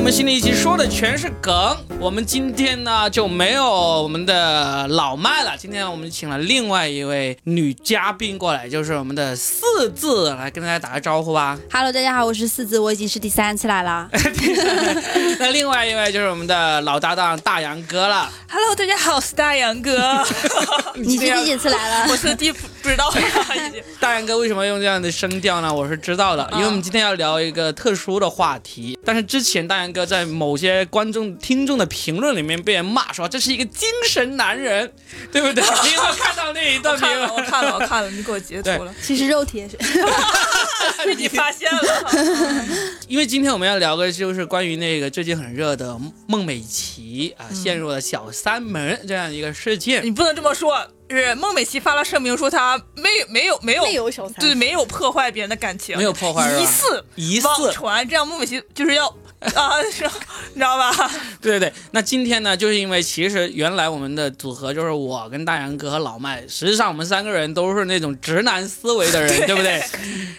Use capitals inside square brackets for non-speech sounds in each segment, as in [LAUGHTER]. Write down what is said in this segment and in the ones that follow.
们新的一期说的全是梗，我们今天呢就没有我们的老麦了，今天我们请了另外一位女嘉宾过来，就是我们的四字，来跟大家打个招呼 [LAUGHS] 吧。 Hello，大家好，我是四字，我已经是第三次来了。那另外一位就是我们的老搭档大杨哥了， Hello，大家好，我是大杨哥，你是第几次来了？ [LAUGHS] 我是第不 [LAUGHS] 知道呀，已经大杨哥为什么用这样的声调呢？我是知道啊的，因为我们今天要聊一个特殊的话题。但是之前大杨哥在某些观众、听众的评论里面被人骂说这是一个精神男人，对 [LAUGHS] 不对？你有没有看到那一段我评 [LAUGHS] 看了，我论？看了，我看了，你给我截图了， [LAUGHS] 其实肉体也是。哦 [LAUGHS] 被你发现了。因为今天我们要聊的就是关于那个最近很热的孟美岐啊，陷入了小三门这样一个事件。你不能这么说，是孟美岐发了声明说她没没有没有有小三对没有破坏别人的感情，没有破坏是吧疑似疑似网传，这样孟美岐就是 [LAUGHS] 要啊，是你知道吧？对对对，那今天呢，就是因为其实原来我们的组合就是我跟大杨哥和老麦，实际上我们三个人都是那种直男思维的人，对不对？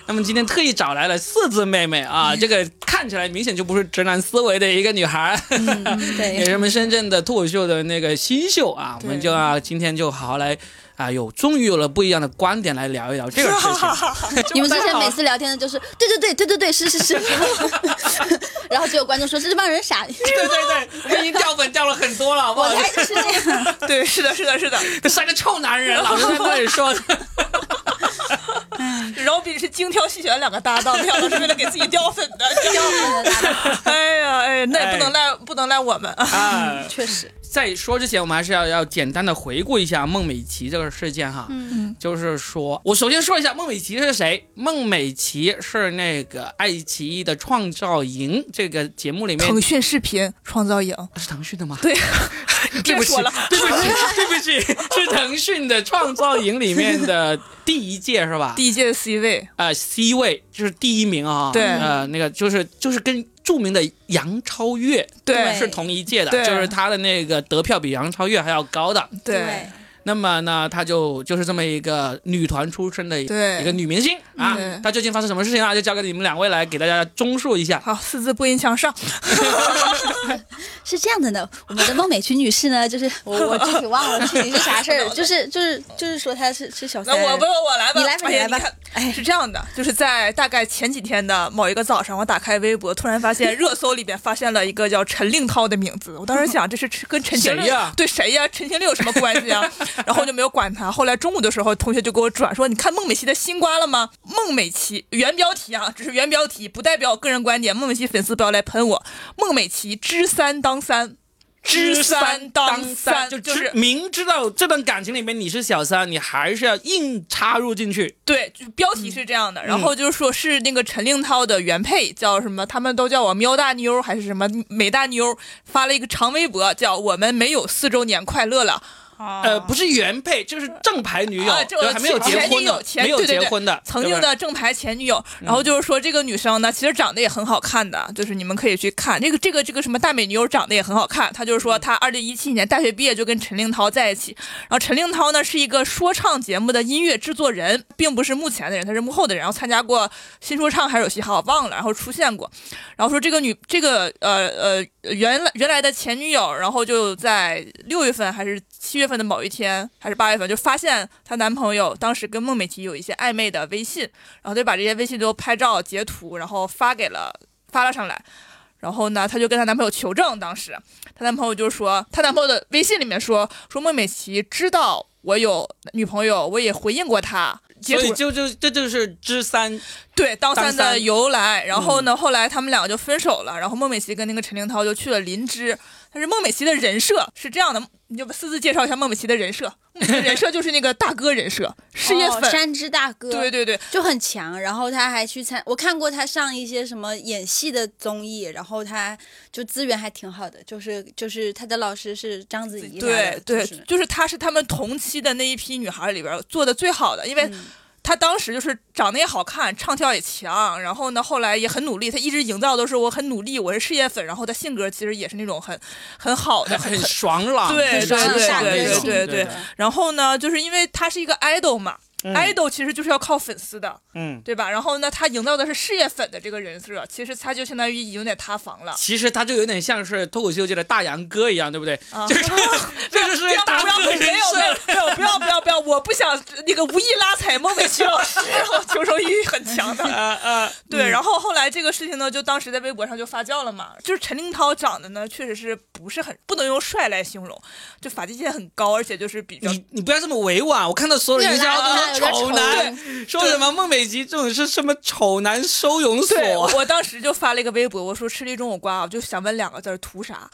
那么今天特意找来了四字妹妹啊，这个看起来明显就不是直男思维的一个女孩，也对是我们深圳的脱口秀的那个新秀啊，我们就要今天就好好来。啊，有终于有了不一样的观点来聊一聊这个事情。你们之前每次。次聊天的就是对对对对对对是是 [LAUGHS] [LAUGHS] 是，然后就有观众说这帮人傻，对对对，我们已经掉粉掉了很多了，好不我好？才是这样。对，是的，是的，是的。这三个臭男人老是在那里说。 Robin 是精挑细选两个搭档，没想到是为了给自己掉粉的。这样的 [LAUGHS] 答案哎呀，哎，那也不哎能赖，不能赖我们啊。啊，确实，在说之前，我们还是要要简单的回顾一下孟美岐这个事件哈。嗯，就是说我首先说一下孟美岐是谁。孟美岐是那个爱奇艺的《创造营》这个节目里面腾讯视频创造营，是腾讯的吗？对，对别不起说了，对不起，对不起，是腾讯的《创造营》里面的第一届是吧？第一届的 C 位，呃 C 位就是第一名啊，对呃那个就是就是跟著名的杨超越对是同一届的，对就是他的那个得票比杨超越还要高的。对，那么呢，她就就是这么一个女团出身的一对个女明星啊对。她究竟发生什么事情啊？就交给你们两位来给大家综述一下。好，四字播音墙上，是这样的呢。我们的孟美岐女士呢，就是我我具体忘了具体是啥事 [LAUGHS] 儿，就是就是就是说她是是小那三。我不我来吧，你来吧哎呀你来吧看是这样的，就是在大概前几天的某一个早上，我打开微博，突然发现热搜里边发现了一个叫陈令涛的名字，我当时想这是跟陈情令谁呀对谁呀？陈情令有什么关系啊？然后我就没有管他。后来中午的时候，同学就给我转说，你看孟美岐的新瓜了吗？孟美岐原标题啊，只是原标题，不代表个人观点。孟美岐粉丝不要来喷我，孟美岐知三当三。知三当三，就就是知明知道这段感情里面你是小三，你还是要硬插入进去。对，就标题是这样的，然后就是说是那个陈令涛的原配叫什么，他们都叫我喵大妞儿还是什么美大妞儿，发了一个长微博叫“我们没有四周年快乐了呃，不是原配，就是正牌女友，啊这对还没有结前婚女友的，前没有对对结对婚的，”，曾对嗯经不对的正牌前女友。然后就是说这个女生呢，其实长得也很好看的，就是你们可以去看这个这个这个什么大美妞儿长得也很好看。她就是嗯说她二零一七年大学毕业就跟陈令涛在一起，然后陈令涛呢是一个说唱节目的音乐制作人，并不是幕前的人，他是幕后的人。然后参加过新说唱还是有嘻哈，我忘了，然后出现过。然后说这个女这个呃呃原来原来的前女友，然后就在六月份还是七月份的某一天，还是八月份，就发现她男朋友当时跟孟美岐有一些暧昧的微信，然后就把这些微信都拍照截图，然后发给了发了上来。然后呢，她就跟她男朋友求证，当时她男朋友就说，她男朋友的微信里面说说孟美岐知道我有女朋友，我也回应过她。截所以图就就这就是知三对当三当的三由来。然后嗯呢，后来他们两个就分手了。然后孟美岐跟那个陈凌涛就去了林芝。但是孟美岐的人设是这样的，你就私自介绍一下孟美岐的人设。孟美岐的人 [LAUGHS] 设就是那个大哥人设，事业哦粉。山之大哥，对对对，就很强，然后他还去参，我看过他上一些什么演戏的综艺，然后他就资源还挺好的，就是就是他的老师是章子怡来对的，对就是，就是她是他们同期的那一批女孩里边做的最好的，因为嗯她当时就是长得也好看，唱跳也强，然后呢，后来也很努力，她一直营造都是我很努力，我是事业粉，然后她性格其实也是那种很很好 [LAUGHS] 的，很爽朗，对很对爽对朗对那种对对对然后呢，就是因为他是一个 idol 嘛， idol 其实就是要靠粉丝的，嗯，对吧？然后呢，他营造的是事业粉的这个人设，其实他就相当于已经有点塌房了。其实他就有点像是脱口秀界的大杨哥一样，对不对？[LAUGHS] 啊就是就是不是要大不要哥没有人没有设，没有不要不要不要！我不想那个无意拉踩 [LAUGHS] 孟美岐老师，我求生欲很强的。啊啊，对，然后后来这个事情呢，就当时在微博上就发酵了嘛。就是陈凌涛长得呢，确实是不是很不能用帅来形容，就发际线很高，而且就是比较你你不要这么委婉，我看到所有营销都说丑男，说什么孟美岐这种是什么丑男收容所，对，我当时就发了一个微博，我说吃力中国瓜，我就想问两个字儿，图啥？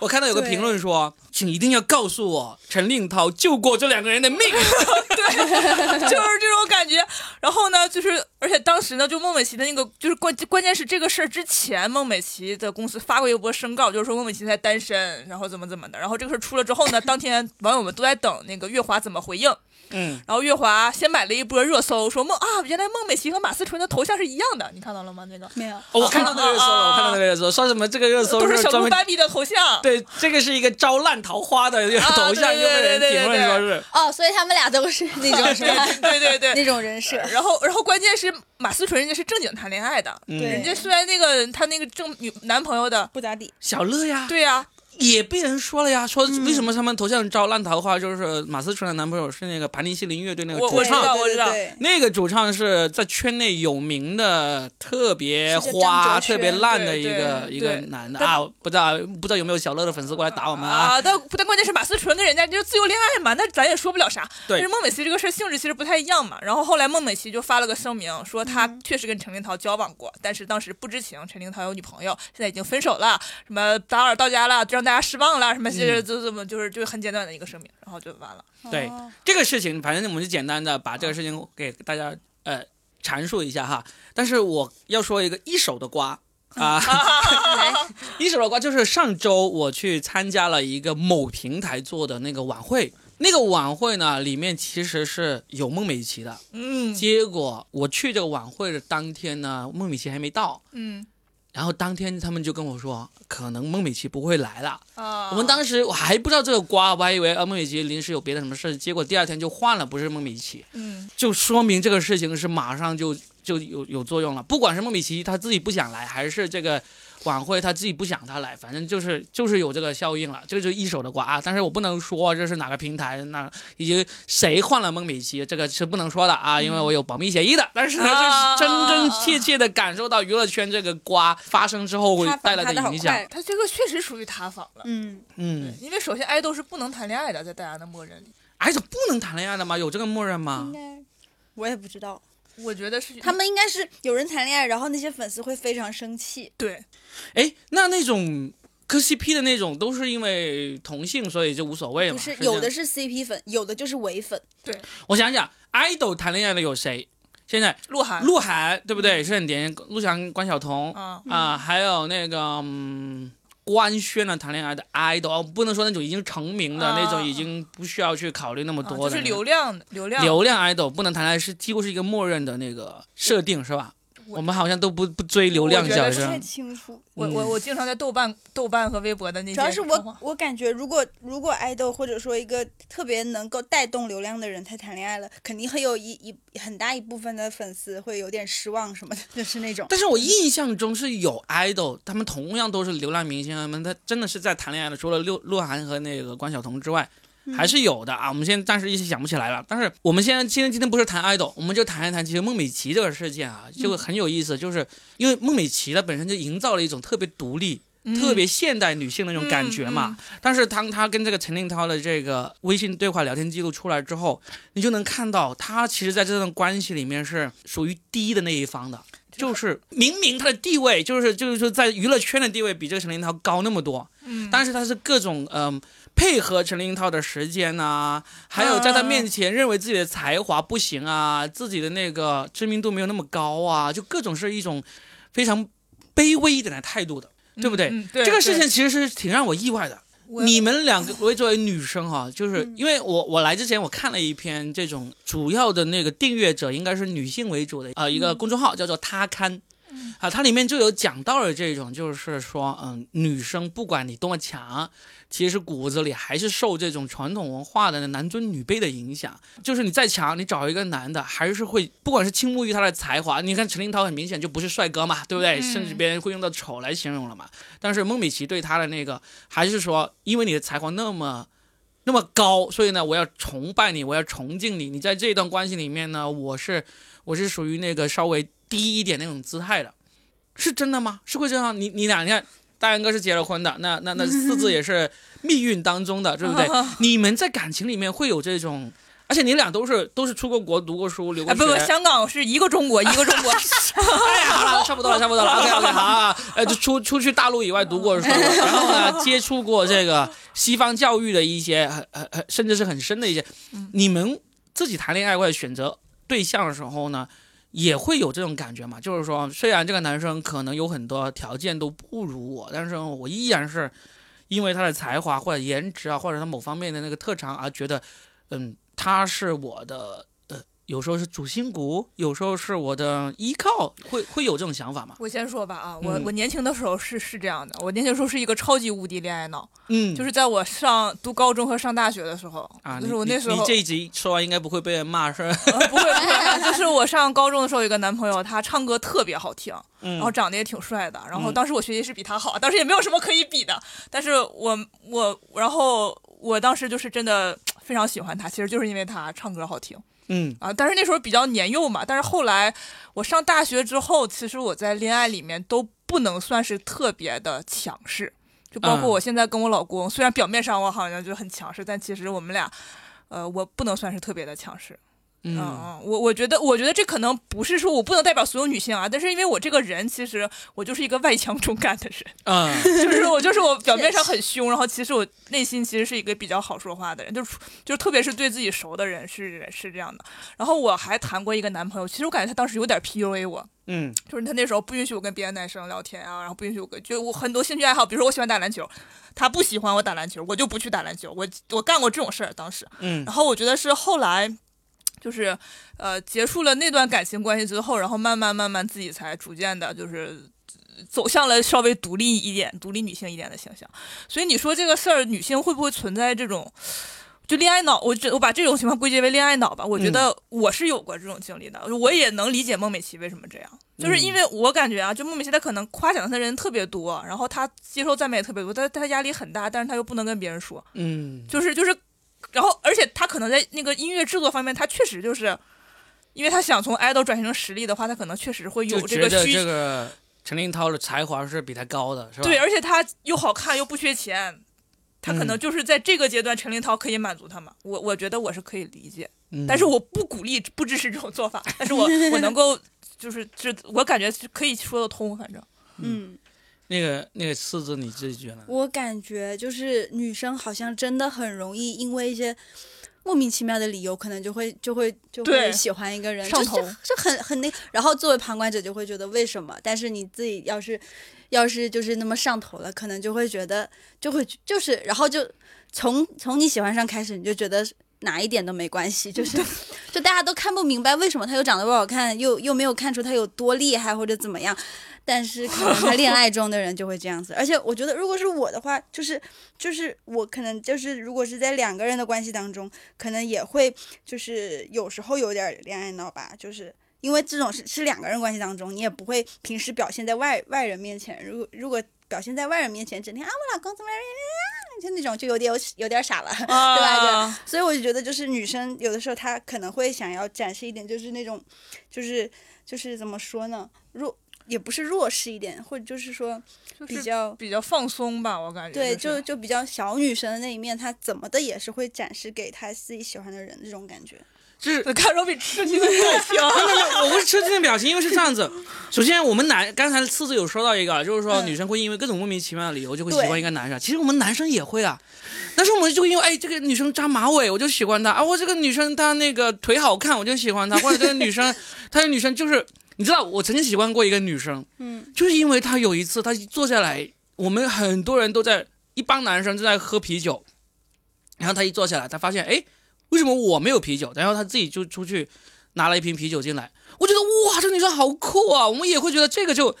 我看到有个对评论说，请一定要告诉我，陈令涛救过这两个人的命。 [LAUGHS] 就是这种感觉。然后呢，就是而且当时呢，就孟美岐的那个，就是关关键是这个事儿之前，孟美岐的公司发过一波申告，就是说孟美岐才单身，然后怎么怎么的。然后这个事儿出了之后呢，当天网友们都在等那个月华怎么回应。嗯，然后月华先买了一波热搜，说孟啊，原来孟美岐和马思纯的头像是一样的，你看到了吗？那个没有，哦我看到那个热搜啊了，我看到那个热搜，说什么这个热搜都是小专鹿门斑比的头像。对这个是一个招烂桃花的一个啊头像，对又被对人对评论对说对是哦，所以他们俩都是那种是吧？ [LAUGHS] 对对 [LAUGHS] 对，那种人设，然后，然后关键是马思纯人家是正经谈恋爱的，嗯对人家虽然那个她那个正女男朋友的，不咋地。小乐呀，对嗯呀、也被人说了呀，说为什么他们头像招烂桃花，就是马思纯的男朋友是那个盘尼西林乐队那个我主知道唱。我知道对对对那个主唱是在圈内有名的，特别是个张花、特哲轩别烂的一对个对一个对男的但啊，不知道不知道有没有小乐的粉丝过来打我们啊？啊，但但关键是马思纯跟人家就是自由恋爱嘛，那咱也说不了啥。对但是孟美岐这个事儿性质其实不太一样嘛。然后后来孟美岐就发了个声明，说她确实跟陈凌涛交往过，但是当时不知情，陈凌涛有女朋友，现在已经分手了，什么打扰到家了，让大家失望了，什么嗯就是就这么就是就很简短的一个声明，然后就完了。对哦这个事情，反正我们就简单的把这个事情给大家呃阐述一下哈。但是我要说一个一手的瓜啊， [LAUGHS] 哦 [LAUGHS] 一手的瓜就是上周我去参加了一个某平台做的那个晚会，那个晚会呢里面其实是有孟美岐的，嗯结果我去这个晚会的当天呢，孟美岐还没到。嗯然后当天他们就跟我说，可能孟美岐不会来了。啊，我们当时我还不知道这个瓜，我还以为啊孟美岐临时有别的什么事，结果第二天就换了，不是孟美岐。嗯就说明这个事情是马上就就有有作用了。不管是孟美岐她自己不想来，还是这个晚会她自己不想她来，反正就是就是有这个效应了，这就是一手的瓜啊。但是我不能说这是哪个平台，那以及谁换了孟美岐，这个是不能说的啊，因为我有保密协议的。但是呢，啊就是真真切切的感受到娱乐圈这个瓜发生之后它带反来弹得好影响快。他这个确实属于塌房了。嗯，嗯，因为首先爱豆是不能谈恋爱的，在大家的默认里，哎，这不能谈恋爱的吗？有这个默认吗啊应？该我也不知道，我觉得是他们应该是有人谈恋爱，然后那些粉丝会非常生气。对哎，那那种。磕 CP 的那种都是因为同性，所以就无所谓嘛。不是这样有的是 CP 粉，有的就是伪粉。对，我想想，idol 谈恋爱的有谁？现在鹿晗鹿晗对不对？是很典型，鹿晗、关晓彤啊、啊，还有那个、嗯、官宣了谈恋爱的 idol，哦不能说那种已经成名的、啊那种，已经不需要去考虑那么啊多的、就是流量流量流量 idol 不能谈恋爱是几乎是一个默认的那个设定是吧？我们好像都不不追流量我觉小得是生，清楚，我我我经常在豆瓣豆瓣和微博的那些主要是状况我我感觉，如果如果爱豆或者说一个特别能够带动流量的人他谈恋爱了，肯定会有一一很大一部分的粉丝会有点失望什么的， [LAUGHS] 就是那种。但是我印象中是有 idol，他们同样都是流量明星，他们他真的是在谈恋爱的，除了鹿鹿晗和那个关晓彤之外，还是有的啊。我们现在暂时一时想不起来了，但是我们现在今天今天不是谈 idol，我们就谈一谈其实孟美岐这个事件啊，就很有意思，就是因为孟美岐她本身就营造了一种特别独立。嗯特别现代女性的那种感觉嘛，但是当她跟这个陈令涛的这个微信对话聊天记录出来之后，你就能看到她其实在这段关系里面是属于低的那一方的，就是明明他的地位就是就是说在娱乐圈的地位比这个陈林涛高那么多，嗯但是他是各种嗯、配合陈林涛的时间呐、还有在他面前认为自己的才华不行啊，自己的那个知名度没有那么高啊，就各种是一种非常卑微一点的态度的，对不对？嗯对这个事对情其实是挺让我意外的。我你们两个，我作为女生哈、就是因为我我来之前我看了一篇这种主要的那个订阅者应该是女性为主的呃一个公众号，叫做他刊。啊，它里面就有讲到了这种，就是说，嗯，女生不管你多么强，其实骨子里还是受这种传统文化的男尊女卑的影响。就是你再强，你找一个男的，还是会不管是倾慕于他的才华。你看陈林涛很明显就不是帅哥嘛，对不对？嗯甚至别人会用到丑来形容了嘛。但是孟美岐对他的那个，还是说，因为你的才华那么。那么高，所以呢，我要崇拜你，我要崇敬你。你在这段关系里面呢，我是我是属于那个稍微低一点那种姿态的，是真的吗？是会这样？你你俩，你看，大杨哥是结了婚的，那那那四字也是命运当中的，对 [LAUGHS] 不对？你们在感情里面会有这种，而且你俩都是都是出过国、读过书、留啊，过学。不不，香港是一个中国，一个中 [LAUGHS] 国。哎呀，好了，差不多了，差不多了。OK OK，好啊，呃，就出出去大陆以外读过书，然后呢，接触过这个西方教育的一些很很很，甚至是很深的一些。你们自己谈恋爱或者选择对象的时候呢，也会有这种感觉嘛？就是说，虽然这个男生可能有很多条件都不如我，但是我依然是因为他的才华或者颜值啊，或者他某方面的那个特长而觉得，嗯，他是我的。呃，有时候是主心骨，有时候是我的依靠，会会有这种想法吗？我先说吧啊，我嗯我年轻的时候是是这样的，我年轻时候是一个超级无敌恋爱脑，嗯，就是在我上读高中和上大学的时候，啊，就你是我那你时候哎你这一集说完应该不会被人骂 [LAUGHS] 是吧？不会不会，就是我上高中的时候有一个男朋友，他唱歌特别好听，嗯然后长得也挺帅的，然后嗯当时我学习是比他好，当时也没有什么可以比的，但是我我然后我当时就是真的非常喜欢他，其实就是因为他唱歌好听嗯啊，但是那时候比较年幼嘛，但是后来我上大学之后，其实我在恋爱里面都不能算是特别的强势。就包括嗯我现在跟我老公，虽然表面上我好像就很强势，但其实我们俩，呃，我不能算是特别的强势。嗯嗯，嗯，我我觉得，我觉得这可能不是说我不能代表所有女性啊，但是因为我这个人，其实我就是一个外强中干的人， [LAUGHS] 嗯 [LAUGHS] 就是我就是我表面上很凶，然后其实我内心其实是一个比较好说话的人，就是就是特别是对自己熟的人是是这样的。然后我还谈过一个男朋友，其实我感觉他当时有点 PUA 我，嗯就是他那时候不允许我跟别的男生聊天啊，然后不允许我跟，就我很多兴趣爱好，比如说我喜欢打篮球，他不喜欢我打篮球，我就不去打篮球，我我干过这种事儿，当时。嗯然后我觉得是后来，就是呃结束了那段感情关系之后，然后慢慢慢慢自己才逐渐的，就是呃走向了稍微独立一点、独立女性一点的形象。所以你说这个事儿，女性会不会存在这种？就恋爱脑，我只我把这种情况归结为恋爱脑吧。我觉得我是有过这种经历的，我也能理解孟美岐为什么这样，就是因为我感觉啊，就孟美岐她可能夸奖她的人特别多，然后她接受赞美也特别多，但她压力很大，但是她又不能跟别人说，嗯就是就是，然后而且他可能在那个音乐制作方面，他确实就是，因为他想从 idol 转型成实力的话，他可能确实会有就这觉个得需这个陈林涛的才华是比他高的，是吧？对，，而且他又好看又不缺钱，他可能嗯就是在这个阶段，陈林涛可以满足他嘛。我我觉得我是可以理解，嗯、但是我不鼓励不支持这种做法，[LAUGHS] 但是我我能够就是这我感觉是可以说得通， [LAUGHS] 反正嗯，那个那个四字你自己嗯觉得呢？我感觉就是女生好像真的很容易因为一些莫名其妙的理由，可能就会就会就会对喜欢一个人，上就头是这很很那。然后作为旁观者就会觉得为什么？但是你自己要是要是就是那么上头了，可能就会觉得就会就是，然后就从从你喜欢上开始，你就觉得。哪一点都没关系，就是就大家都看不明白为什么他又长得不好看，又又没有看出他有多厉害或者怎么样，但是可能他恋爱中的人就会这样子。而且我觉得，如果是我的话，就是就是我可能就是，如果是在两个人的关系当中，可能也会就是有时候有点恋爱脑吧，就是。因为这种是是两个人关系当中，你也不会平时表现在外外人面前。如果如果表现在外人面前，整天啊我老公怎么样怎么样，就那种就有点有点傻了。对吧对啊吧？所以我就觉得，就是女生有的时候她可能会想要展示一点，就是那种，就是就是怎么说呢，弱也不是弱势一点，或者就是说就是比较比较放松吧，我感觉对，就就是就比较小女生的那一面，她怎么的也是会展示给她自己喜欢的人这种感觉。就是 [LAUGHS] 看着比吃惊的表情。 [LAUGHS] 我不是吃惊的表情，因为是这样子。首先，我们男刚才次子有说到一个，就是说嗯女生会因为各种莫名其妙的理由就会喜对欢一个男生。其实我们男生也会啊，但是我们就会因为哎，这个女生扎马尾我就喜欢她啊，我这个女生她那个腿好看我就喜欢她，或者这个女 [LAUGHS] 生，她的女生就是你知道，我曾经喜欢过一个女生，嗯，就是因为她有一次她坐下来，我们很多人都在一帮男生正在喝啤酒，然后她一坐下来，她发现哎，为什么我没有啤酒？然后她自己就出去拿了一瓶啤酒进来。我觉得哇，这个女生好酷啊！我们也会觉得这个就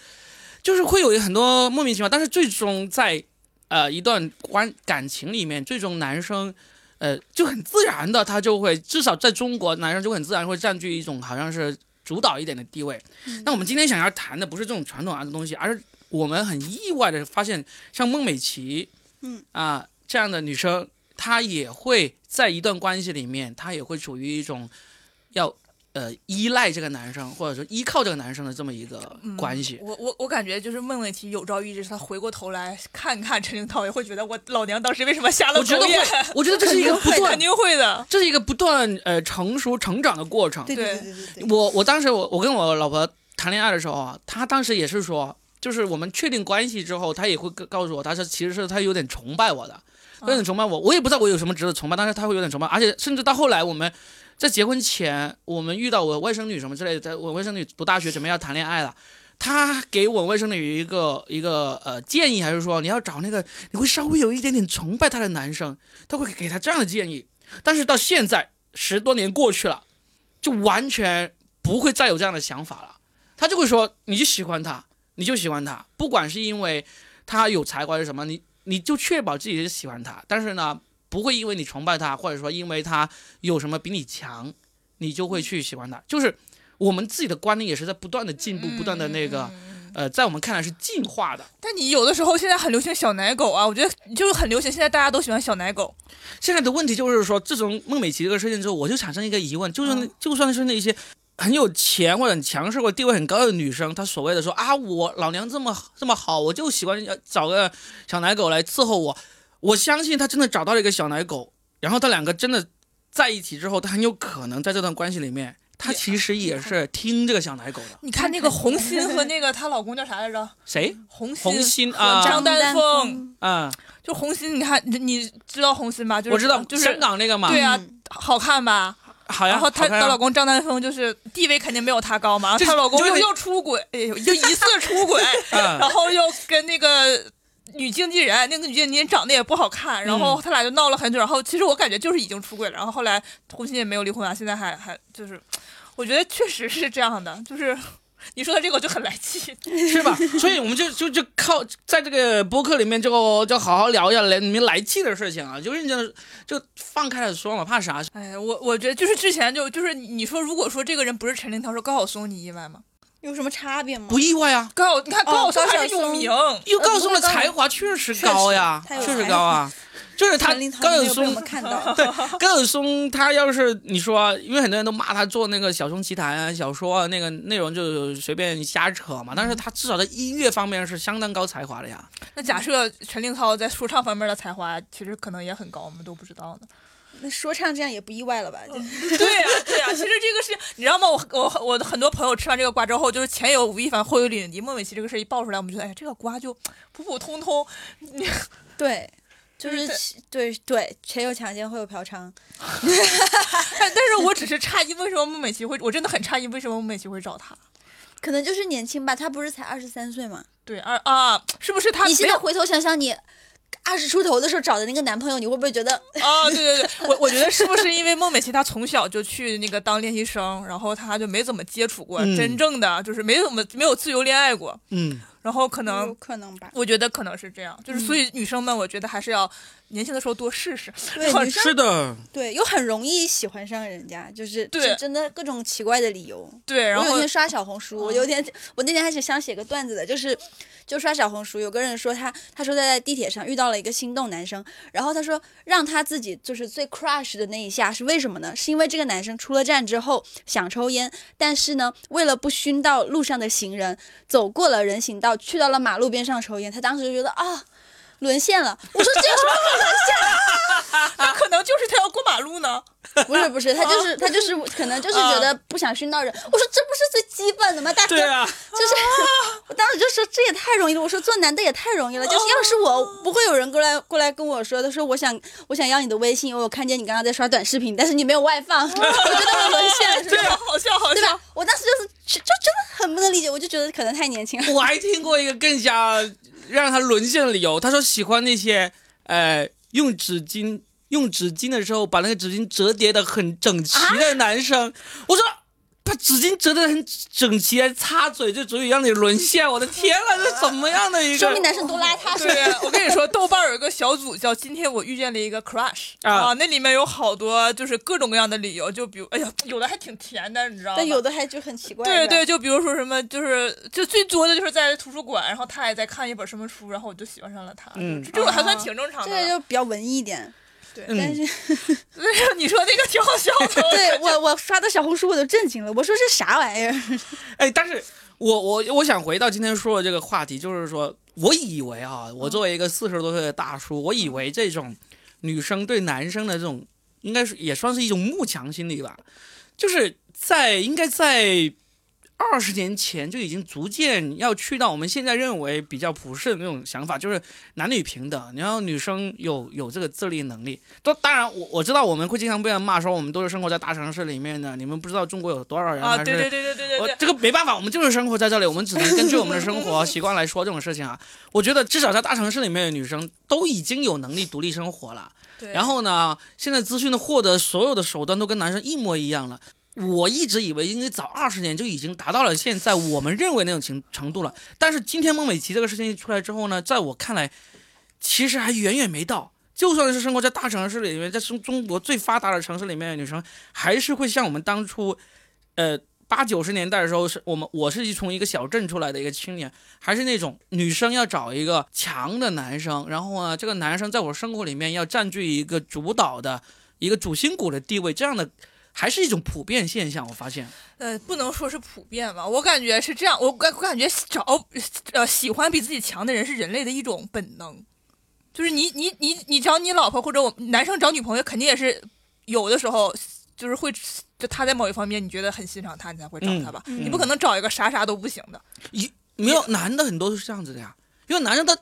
就是会有很多莫名其妙，但是最终在呃一段关感情里面，最终男生呃就很自然的他就会至少在中国男生就会很自然会占据一种好像是主导一点的地位。那我们今天想要谈的不是这种传统啊的东西，而是我们很意外的发现，像孟美岐，嗯啊、这样的女生，她也会在一段关系里面，她也会处于一种要呃依赖这个男生，或者说依靠这个男生的这么一个嗯关系。我我我感觉就是孟美岐有朝一日，她回过头来看看陈领导，也会觉得我老娘当时为什么下了我觉得狗会眼？，我觉得这是一个不 [LAUGHS] 会断肯，定会的。这是一个不断呃成熟成长的过程。对对对对对对，我我当时我我跟我老婆谈恋爱的时候啊，她当时也是说，就是我们确定关系之后，她也会告告诉我，她说其实是她有点崇拜我的，她有点崇拜我，我也不知道我有什么值得崇拜，但是她会有点崇拜，而且甚至到后来我们。在结婚前，我们遇到我外甥女什么之类的，在我外甥女读大学准备要谈恋爱了，她给我外甥女一个一个呃建议，还是说你要找那个你会稍微有一点点崇拜她的男生，她会给她这样的建议。但是到现在十多年过去了，就完全不会再有这样的想法了。他就会说，你就喜欢他，你就喜欢他，不管是因为他有才华还是什么，你你就确保自己是喜欢他。但是呢，不会因为你崇拜他，或者说因为他有什么比你强，你就会去喜欢他。就是我们自己的观念也是在不断的进步，不断的那个，呃，在我们看来是进化的。但你有的时候现在很流行小奶狗啊，我觉得就是很流行，现在大家都喜欢小奶狗。现在的问题就是说，自从孟美岐这个事件之后，我就产生一个疑问，就算、嗯就算是那些很有钱或者很强势或者地位很高的女生，她所谓的说啊，我老娘这么这么好，我就喜欢要找个小奶狗来伺候我，我相信她真的找到了一个小奶狗，然后她两个真的在一起之后，她很有可能在这段关系里面，她其实也是听这个小奶狗 [LAUGHS] 的。你看那个红心和那个她老公叫啥来着？谁？红心。 [LAUGHS] 红心和啊张丹峰峰啊、就红心，你看你你知道红心吧？就是我知道，就是香港那个嘛，对啊嗯，好看吧？好呀， [LAUGHS] 然后她好看呀她老公张丹峰就是地位肯定没有她高嘛，这然后她老公就又是又出轨，哎呦又疑似 [LAUGHS] 出轨，嗯啊然后又跟那个女经纪人，那个女经纪人长得也不好看，然后他俩就闹了很久。然后其实我感觉就是已经出轨了，然后后来红心也没有离婚啊，现在还还就是， [LAUGHS] 我觉得确实是这样的，就是。 [LAUGHS] 你说的这个我就很来气， [LAUGHS] 是吧？所以我们就就就靠在这个播客里面就就好好聊一下来你们来气的事情啊，就认真地就放开了说嘛，怕啥？哎，我我觉得就是之前就就是你说，如果说这个人不是陈林涛，说高晓松，你意外吗？有什么差别吗？不意外啊，高晓，你看哦高晓松高晓还是有松名，又高晓松的才华确实高呀，确实确他有实高啊，就是他陈林涛高没晓有被我松们看到，对，高晓松他要是你说，因为很多人都骂他做那个小松奇谈啊、小说啊，那个内容就随便瞎扯嘛，但是他至少在音乐方面是相当高才华的呀。那假设陈林涛在说唱方面的才华，其实可能也很高，我们都不知道呢。那说唱这样也不意外了吧？就 [LAUGHS] 对呀、对啊呀、其实这个是你知道吗？我我我的很多朋友吃完这个瓜之后，就是前有吴亦凡，后有李云迪，孟美岐这个事一爆出来，我们觉得哎呀，这个瓜就普普通通，对，就就是是其对对，前有强奸，后有嫖娼，但但是我只是诧异为什么孟美岐会，我真的很诧异为什么孟美岐会找他。可能就是年轻吧，他不是才二十三岁吗？对，二啊，是不是他你现没在有回头想想你。二十出头的时候找的那个男朋友，你会不会觉得啊？对对对，我我觉得是不是因为孟美岐她从小就去那个当练习生，然后她就没怎么接触过、嗯真正的，就是没怎么没有自由恋爱过，嗯，然后可能有哎可能 [LAUGHS] 吧？我觉得可能是这样，就是嗯所以女生们，我觉得还是要年轻的时候多试试。对，女生是的，对又很容易喜欢上人家，就是对就真的各种奇怪的理由。对，然我有后一天刷小红书，我有点，我那天还是想写个段子的，就是就刷小红书，有个人说他，他说他在地铁上遇到了一个心动男生，然后他说让他自己就是最 crush 的那一下是为什么呢？是因为这个男生出了站之后想抽烟，但是呢，为了不熏到路上的行人，走过了人行道，去到了马路边上抽烟，他当时就觉得啊。沦陷了，我说这有什么好沦陷啊那可能就是他要过马路呢。 [LAUGHS] 不是不是，他就是他就是可能就是觉得不想熏到人。我说这不是最基本的吗？大哥，对啊，就是 [LAUGHS] 我当时就说这也太容易了，我说做男的也太容易了，就是要是我哦不会有人过来过来跟我说，他说我想我想要你的微信，因为我看见你刚刚在刷短视频，但是你没有外放，我 [LAUGHS] 觉得我沦陷了，是不对是？啊，好笑好对吧笑。？我当时就是就就真的很不能理解，我就觉得可能太年轻 [LAUGHS] 了。我还听过一个更加让他沦陷的理由，他说喜欢那些呃用纸巾用纸巾的时候把那个纸巾折叠的很整齐的男生。我说把纸巾折得很整齐，还擦嘴，这足以让你沦陷。我的天呐，这怎么样的一个？说明男生多邋遢是吧？对啊呀，我跟你说，豆瓣儿有一个小组叫“今天我遇见了一个 crush”，啊那里面有好多就是各种各样的理由，就比如，哎呀，有的还挺甜的，你知道吗？但有的还就很奇怪。对是吧对，，就比如说什么，就是就最多的就是在图书馆，然后他也在看一本什么书，然后我就喜欢上了他，嗯就这种还算啊挺正常这的。个就比较文艺一点。嗯但是，就 [LAUGHS] 你说那个挺好笑 [LAUGHS] 的，对我我刷到小红书我都震惊了，我说这啥玩意儿？哎，但是我我我想回到今天说的这个话题，就是说，我以为啊，嗯我作为一个四十多岁的大叔，我以为这种女生对男生的这种，应该是也算是一种慕强心理吧，就是在应该在。二十年前就已经逐渐要去到我们现在认为比较普世的那种想法，就是男女平等，然后女生有有这个自立能力。当当然，我我知道我们会经常被人骂说我们都是生活在大城市里面的，你们不知道中国有多少人啊，还对是对对对对我对对。这个没办法，我们就是生活在这里，我们只能根据我们的生 [LAUGHS] 活习惯来说这种事情啊。我觉得至少在大城市里面的女生都已经有能力独立生活了。对然后呢，现在资讯的获得所有的手段都跟男生一模一样了。我一直以为应该早二十年就已经达到了现在我们认为那种情程度了，但是今天孟美岐这个事情出来之后呢，在我看来，其实还远远没到。就算是生活在大城市里面，在中中国最发达的城市里面的女生，还是会像我们当初，呃，八九十年代的时候，是我们我是从一个小镇出来的一个青年，还是那种女生要找一个强的男生，然后啊呢，这个男生在我生活里面要占据一个主导的一个主心骨的地位，这样的还是一种普遍现象。我发现，呃，不能说是普遍吧，我感觉是这样，我感我感觉找呃喜欢比自己强的人是人类的一种本能，就是你你你你找你老婆或者我男生找女朋友，肯定也是有的时候就是会就他在某一方面你觉得很欣赏他，你才会找他吧，嗯嗯你不可能找一个啥啥都不行的。没有男的很多都是这样子的呀，因为男生他。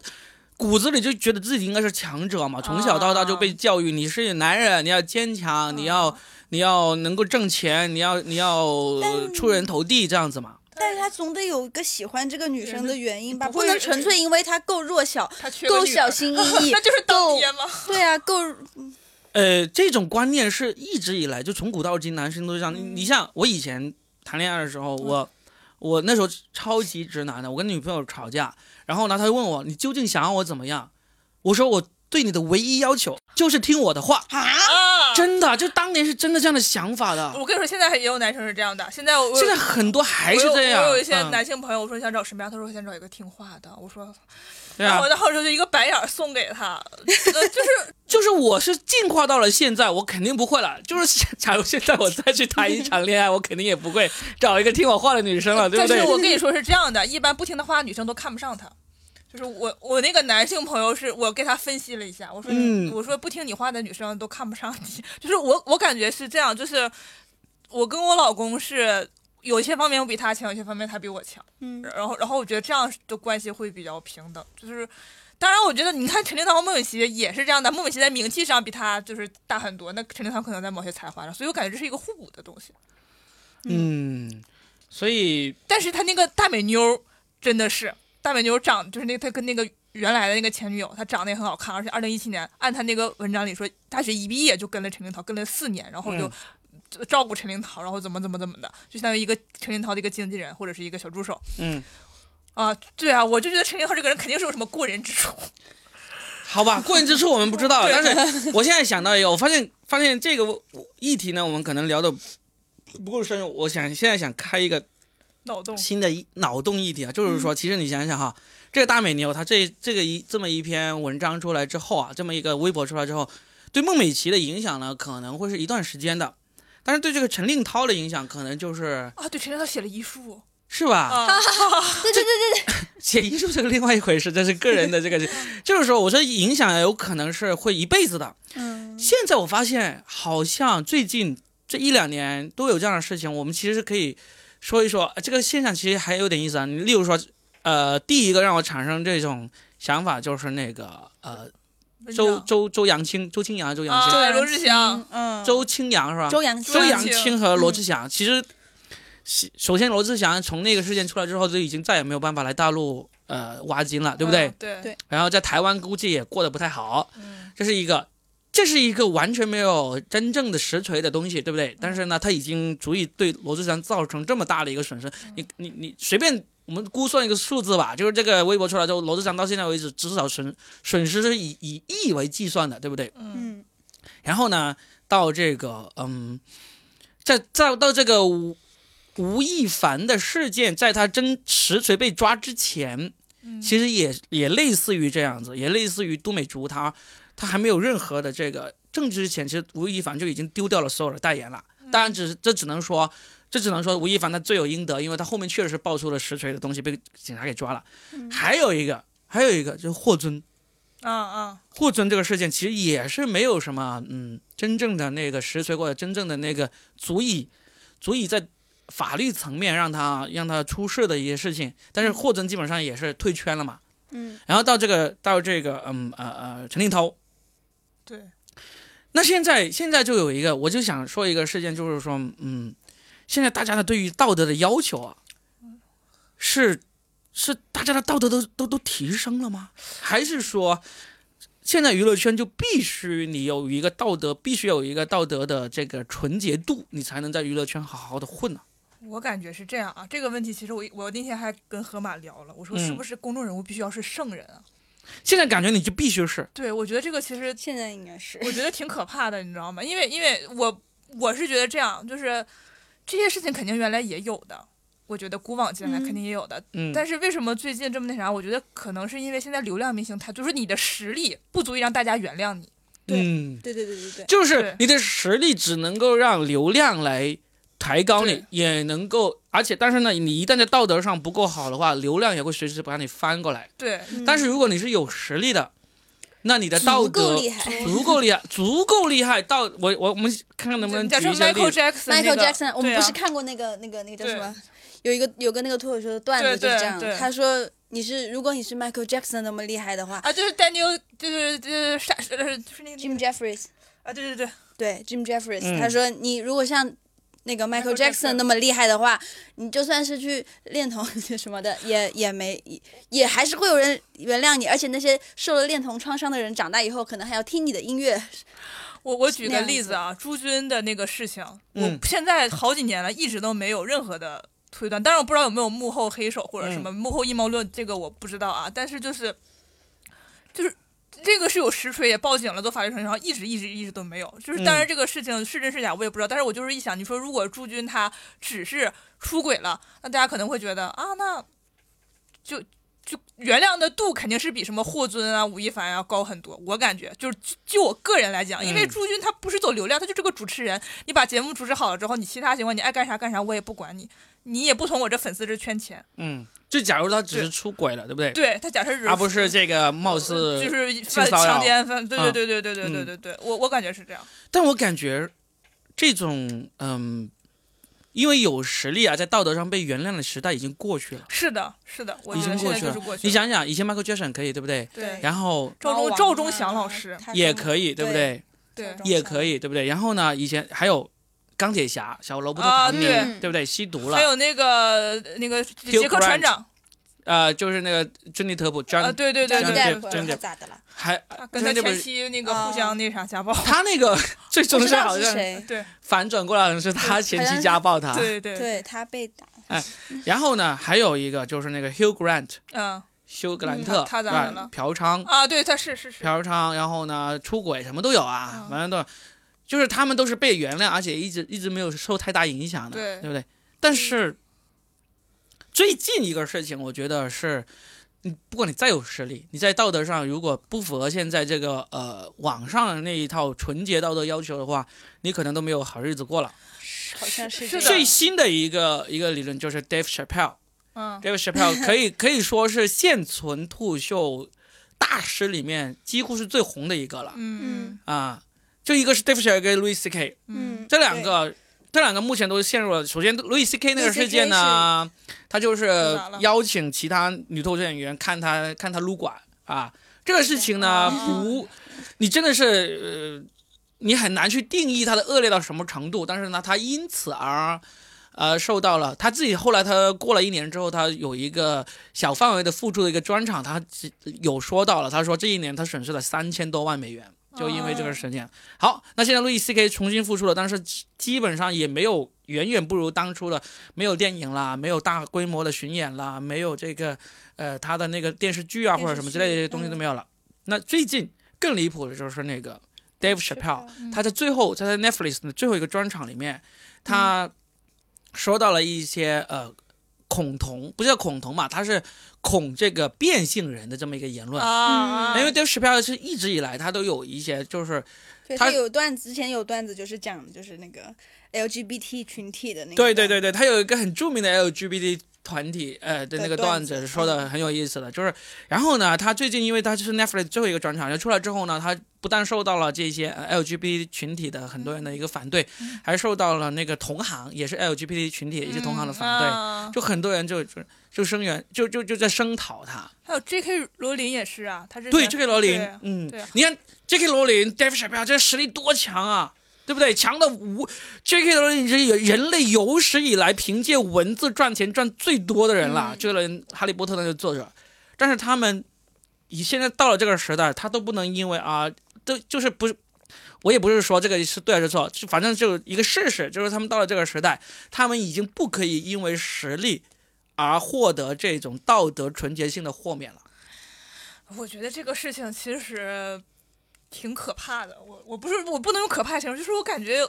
骨子里就觉得自己应该是强者嘛，从小到大就被教育，你是男人，你要坚强，啊你要嗯啊你要能够挣钱，你要你要但出人头地这样子嘛。但是他总得有一个喜欢这个女生的原因吧，不不会能纯粹因为她够弱小、他缺个够女儿小心翼 [LAUGHS] 翼那，就是当够爹吗？对啊，够呃，这种观念是一直以来就从古到今男生都是这样。嗯你你像我以前谈恋爱的时候，我我那时候超级直男的，我跟女朋友吵架，然后呢，她就问我你究竟想要我怎么样？我说我对你的唯一要求就是听我的话， [LAUGHS] 啊，嗯真的，就当年是真的这样的想法的。我跟你说，现在也有男生是这样的。现在我现在很多还我是有这样，我有一些嗯男性朋友，我说你想找什么样？他说我想找一个听话的。我说，对然啊后，然后就一个白眼儿送给他， [LAUGHS] 呃就是就是我是进化到了现在，我肯定不会了。就是假如现在我再去谈一场恋爱，我肯定也不会找一个听我话的女生了，对不但对？是我跟你说是这样的，一般不听他话，女生都看不上他。就是我，我那个男性朋友是我给他分析了一下，我说，嗯我说不听你话的女生都看不上你。 [LAUGHS] 就是我，我感觉是这样，就是我跟我老公是有一些方面我比他强，有些方面他比我强。嗯然后，然后我觉得这样的关系会比较平等。就是，当然，我觉得你看陈立堂和孟美岐也是这样的，孟美岐在名气上比他就是大很多，那陈立堂可能在某些才华上，所以我感觉这是一个互补的东西。嗯，所以但是他那个大美妞儿真的是大美妞，长就是那他跟那个原来的那个前女友，她长得也很好看，而且二零一七年按他那个文章里说，大学一毕业就跟了陈凌涛，跟了四年，然后就。嗯就照顾陈凌涛，然后怎么怎么怎么的，就相当于一个陈凌涛的一个经纪人或者是一个小助手嗯，啊，对啊，我就觉得陈凌涛这个人肯定是有什么过人之处，好吧，过人之处我们不知 [LAUGHS] 道，但是我现在想到一个，我发现发现这个议题呢，我们可能聊的不够深入。我想现在想开一个脑洞新的一脑洞议题啊，就是说，其实你想想哈，这个大美妞她这这个一这么一篇文章出来之后啊，这么一个微博出来之后，对孟美岐的影响呢，可能会是一段时间的，但是对这个陈令涛的影响，可能就是啊，对，陈凌涛写了遗书是吧？啊，对对对对写遗书这个另外一回事，这是个人的这个，就是说，我说影响有可能是会一辈子的。对，嗯，现在我发现，好像最近这一两年都有这样的事情，我们其实是可以说一说呃这个现象，其实还有点意思啊。你例如说，呃，第一个让我产生这种想法就是那个呃，文周章嗯周周扬青、周青阳、周扬青、啊罗志祥，嗯，周青阳是吧？哦周扬青，周周扬扬青青和罗志祥，其实是首先罗志祥从那个事件出来之后，就已经再也没有办法来大陆呃挖金了，对不对？嗯对对然后在台湾估计也过得不太好，嗯这是一个。这是一个完全没有真正的实锤的东西，对不对？但是呢，它已经足以对罗志祥造成这么大的一个损失。你你你随便我们估算一个数字吧，就是这个微博出来之后，罗志祥到现在为止至少损损失是以以亿为计算的，对不对？嗯，然后呢，到这个嗯，在在到这个吴吴亦凡的事件，在他真实锤被抓之前，其实也也类似于这样子，也类似于都美竹她她还没有任何的这个政治之前，其实吴亦凡就已经丢掉了所有的代言了。当然只，是这只能说，这只能说吴亦凡他罪有应得，因为他后面确实是爆出了实锤的东西，被警察给抓了。还有一个，还有一个就是霍尊，啊啊，霍尊这个事件其实也是没有什么，嗯，真正的那个实锤或者真正的那个足以足以在法律层面让他让他出事的一些事情。但是霍尊基本上也是退圈了嘛。嗯，然后到这个到这个，嗯呃呃，陈立涛。对，那现在现在就有一个，我就想说一个事件，就是说，嗯，现在大家的对于道德的要求啊，是是大家的道德都都都提升了吗？还是说？现在娱乐圈就必须你有一个道德，必须有一个道德的这个纯洁度，你才能在娱乐圈好好的混啊。我感觉是这样啊。这个问题其实我我那天还跟河马聊了，我说嗯是不是公众人物必须要是圣人啊？现在感觉你就必须是，对，我觉得这个其实现在应该是我觉得挺可怕的，你知道吗？因为因为我我是觉得这样，就是这些事情肯定原来也有的，我觉得古往今来嗯肯定也有的，嗯，但是为什么最近这么那啥？我觉得可能是因为现在流量明星他就是你的实力不足以让大家原谅你。对嗯，对对对对对，就是对你的实力只能够让流量来抬高你对，也能够，而且但是呢，你一旦在道德上不够好的话，流量也会随时把你翻过来。对，嗯但是如果你是有实力的，那你的道足够德厉害足够厉害，足够厉害到我我我们看看能不能你举假设一些例 Michael 子。 Jackson 那 Michael 个 Jackson，我们对不啊是看过那个那个那个叫什对么？有一个有个那个脱口秀的段对子就是对这样对，他说你是如果你是 Michael Jackson 那么厉害的话啊，就是 Daniel，就是就是啥，呃就是那个，Jim Jeffries，啊，对对对，对 Jim Jeffries，、嗯他说你如果像那个 Michael Michael Jackson Jackson 那么厉害的话，你就算是去恋童 [LAUGHS] 什么的，也也没也也还是会有人原谅你，而且那些受了恋童创伤的人，长大以后可能还要听你的音乐。我我举那个样例子子啊，朱军的那个事情，嗯我现在好几年了，一直都没有任何的推断，当然我不知道有没有幕后黑手或者嗯什么幕后阴谋论，这个我不知道啊。但是就是就是这个是有实锤，也报警了，做法律程序，然后一直一直一直都没有。就是当然嗯这个事情是真是假我也不知道，但是我就是一想，你说如果朱军他只是出轨了，那大家可能会觉得啊，那就。就原谅的度肯定是比什么霍尊啊、吴亦凡啊高很多，我感觉就是就就我个人来讲，因为嗯朱军他不是走流量，他就是个主持人。你把节目主持好了之后，你其他情况你爱干啥干啥，我也不管你，你也不从我这粉丝这圈钱。嗯，就假如他只是出轨了，对不对？对他假设是而不是这个貌似就是性犯骚扰强奸犯，对嗯对对对对对对对对，我我感觉是这样。但我感觉这种嗯，因为有实力啊，在道德上被原谅的时代已经过去了。是的，是的，我已觉经得过去现在就了是过去你了。想想，以前 Michael Jackson 可以，对不对？对，然后赵猫忠王赵啊忠祥老师，他也说可以，对不对？对赵忠也祥可以，对不对？然后呢，以前还有钢铁侠、小罗伯特·啊唐尼，对对不对？吸毒了还，有那个那个杰克 Grant 船长呃，就是那个珍妮·特普啊， ，John，对对对真，Johnny 的对 Depp 对，真的他咋的了？还他跟他真的不前是妻那个互相那啥家暴。啊他那个最我终知是道好是像谁， [LAUGHS] 对反转过来好像是他前妻家暴他。对对，对他被打，然后呢，还有一个就是那个 Hugh Grant，嗯休格兰嗯特，他他咋对的了嫖娼，啊，对他是是是，嫖娼，然后呢，出轨什么都有啊，啊反正都，就是他们都是被原谅，而且一直一直没有受太大影响的，对嗯不对？但是最近一个事情，我觉得是，你不管你再有实力，你在道德上如果不符合现在这个呃网上的那一套纯洁道德要求的话，你可能都没有好日子过了。好像是这是的样最新的一个一个理论就是 Dave Chappelle。嗯 Dave Chappelle 可以 [LAUGHS] 可以说是现存脱口秀大师里面几乎是最红的一个了嗯啊。就一个是 Dave Chappelle 跟 Louis C.K. 嗯，这两个，这两个目前都陷入了。首先，Louis C.K. 那个 Louis C.K. 事件呢，他就是咋了邀请其他女脱口秀演员看他看他撸管啊，这个事情呢，哦无你真的是呃，你很难去定义他的恶劣到什么程度，但是呢，他因此而。呃，受到了他自己后来，他过了一年之后，他有一个小范围的复出的一个专场，他有说到了，他说这一年他损失了三千多万美元，就因为这个事情。好，那现在路易 C K 重新复出了，但是基本上也没有远远不如当初了，没有电影啦，没有大规模的巡演啦，没有这个呃他的那个电视剧啊电视剧或者什么之类的东西都没有了。那最近更离谱的就是那个 Dave Chappelle，他在最后他在 Netflix 的最后一个专场里面，他说到了一些呃。恐同不是叫恐同嘛，他是恐这个变性人的这么一个言论，啊，嗯嗯因为 Dave Chappelle 是一直以来他都有一些就是对他他有段之前有段子就是讲的就是那个 LGBT 群体的那个，对对，对对，他有一个很著名的 LGBT 团体，呃的的那个段段子嗯子说的很有意思的，就是，然后呢，他最近因为他就是 Netflix 最后一个专场，然后出来之后呢，他不但受到了这些呃 LGBT 群体的很多人的一个反对，嗯还受到了那个同行也是 LGBT 群体一些同嗯行的反嗯对，哦对。就很多人就就就声援，就就就在声讨他，还有 J.K. 罗琳也是啊，他是对 J.K. 罗琳对，嗯对啊，你看 J.K. 罗琳、Dave Chappelle 这实力多强啊，对不对？强的无 J.K. 罗琳是人类有史以来凭借文字赚钱赚最多的人嗯了，这个人《哈利波特》那个作者，但是他们以现在到了这个时代，他都不能因为啊，都就是不是。我也不是说这个是对还是错，就反正就一个事实，就是他们到了这个时代，他们已经不可以因为实力而获得这种道德纯洁性的豁免了。我觉得这个事情其实挺可怕的。我我不是我不能用可怕形容，就是我感觉，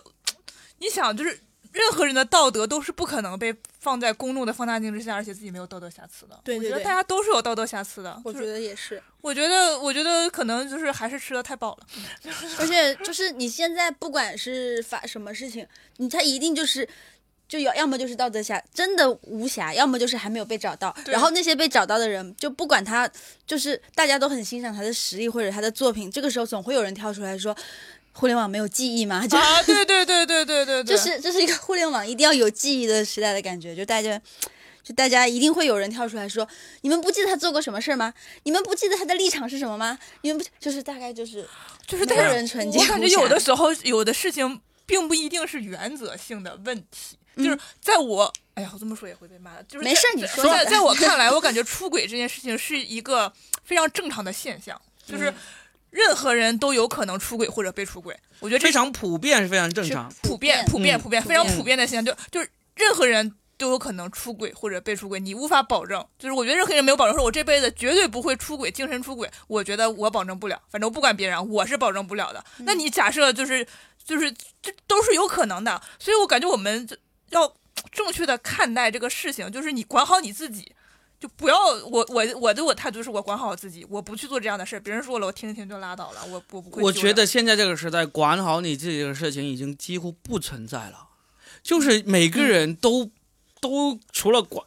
你想，就是任何人的道德都是不可能被放在公众的放大镜之下，而且自己没有道德瑕疵的。对对我觉得对大家都是有道德瑕疵的。我觉就是得也是，我觉得我觉得可能就是还是吃的太饱了。而且就是你现在不管是发什么事情，你他一定就是。就要要么就是道德瑕真的无瑕，要么就是还没有被找到。对然后那些被找到的人，就不管他，就是大家都很欣赏他的实力或者他的作品，这个时候总会有人跳出来说，互联网没有记忆 [LAUGHS] 吗？就 [LAUGHS] 啊，对对对对对对就对，是这是一个互联网一定要有记忆的时代的感觉，就大家。就大家一定会有人跳出来说：“你们不记得他做过什么事儿吗？你们不记得他的立场是什么吗？你们不就是大概就是就是没但有是人纯洁我感觉无瑕有的时候有的事情并不一定是原则性的问题，就是在我。哎呀，我这么说也会被骂的，就是嗯没在事儿你在说在吧在我看来，我感觉出轨这件事情是一个非常正常的现象，嗯就是任何人都有可能出轨或者被出轨。我觉得这非常普遍是非常正是常。普遍、普普遍、嗯普遍，非普常遍普遍的现象，就就是任何人都有可能出轨或者被出轨，你无法保证。就是我觉得任何人没有保证，说我这辈子绝对不会出轨，精神出轨，我觉得我保证不了。反正我不管别人啊，我是保证不了的。那你假设就是就是这都是有可能的，所以我感觉我们就要正确的看待这个事情，就是你管好你自己。就不要我我我对我态度就是我管好我自己，我不去做这样的事儿。别人说了，我听一听就拉倒了，我我不会纠缠。我觉得现在这个时代，管好你自己的事情已经几乎不存在了，就是每嗯个人都、都除了管，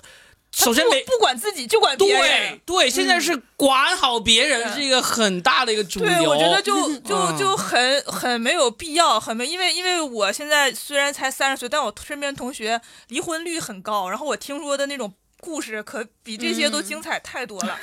他首先不每不管自己就管别人，嗯对对，现在是管好别人对是一个很大的一个主流。对，我觉得就就嗯就很很没有必要，很没，因为因为我现在虽然才三十岁，但我身边同学离婚率很高，然后我听说的那种故事可比这些都精彩太多了。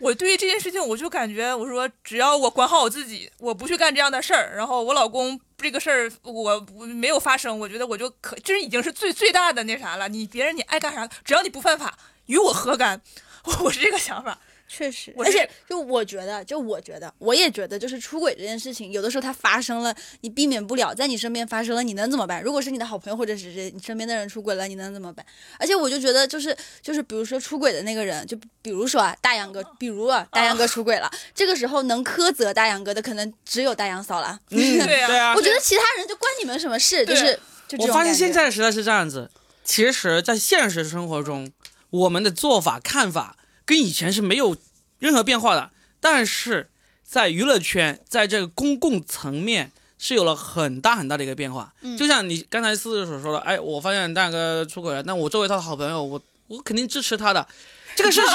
我对于这件事情，我就感觉我说，只要我管好我自己，我不去干这样的事儿，然后我老公这个事儿我我没有发生，我觉得我就可，这已经是最最大的那啥了。你别人你爱干啥，只要你不犯法，与我何干？ [LAUGHS] 我我是这个想法。确实，我而是且就我觉得，就我觉得，我也觉得，就是出轨这件事情，有的时候它发生了，你避免不了，在你身边发生了，你能怎么办？如果是你的好朋友或者是谁你身边的人出轨了，你能怎么办？而且我就觉得，就是就是，比如说出轨的那个人，就比如说啊，大杨哥，比如啊，大杨哥出轨了，这个时候能苛责大杨哥的，可能只有大杨嫂了。嗯，对啊对啊 [LAUGHS] 我，觉得其他人就关你们什么事？就对是就这我种发现感觉现在时代是这样子。其实，在现实生活中，我们的做法、看法跟以前是没有任何变化的，但是在娱乐圈，在这个公共层面是有了很大很大的一个变化。嗯就像你刚才思思所说的，哎，我发现大哥出轨了，那我作为他的好朋友，我我肯定支持他的。这个事情，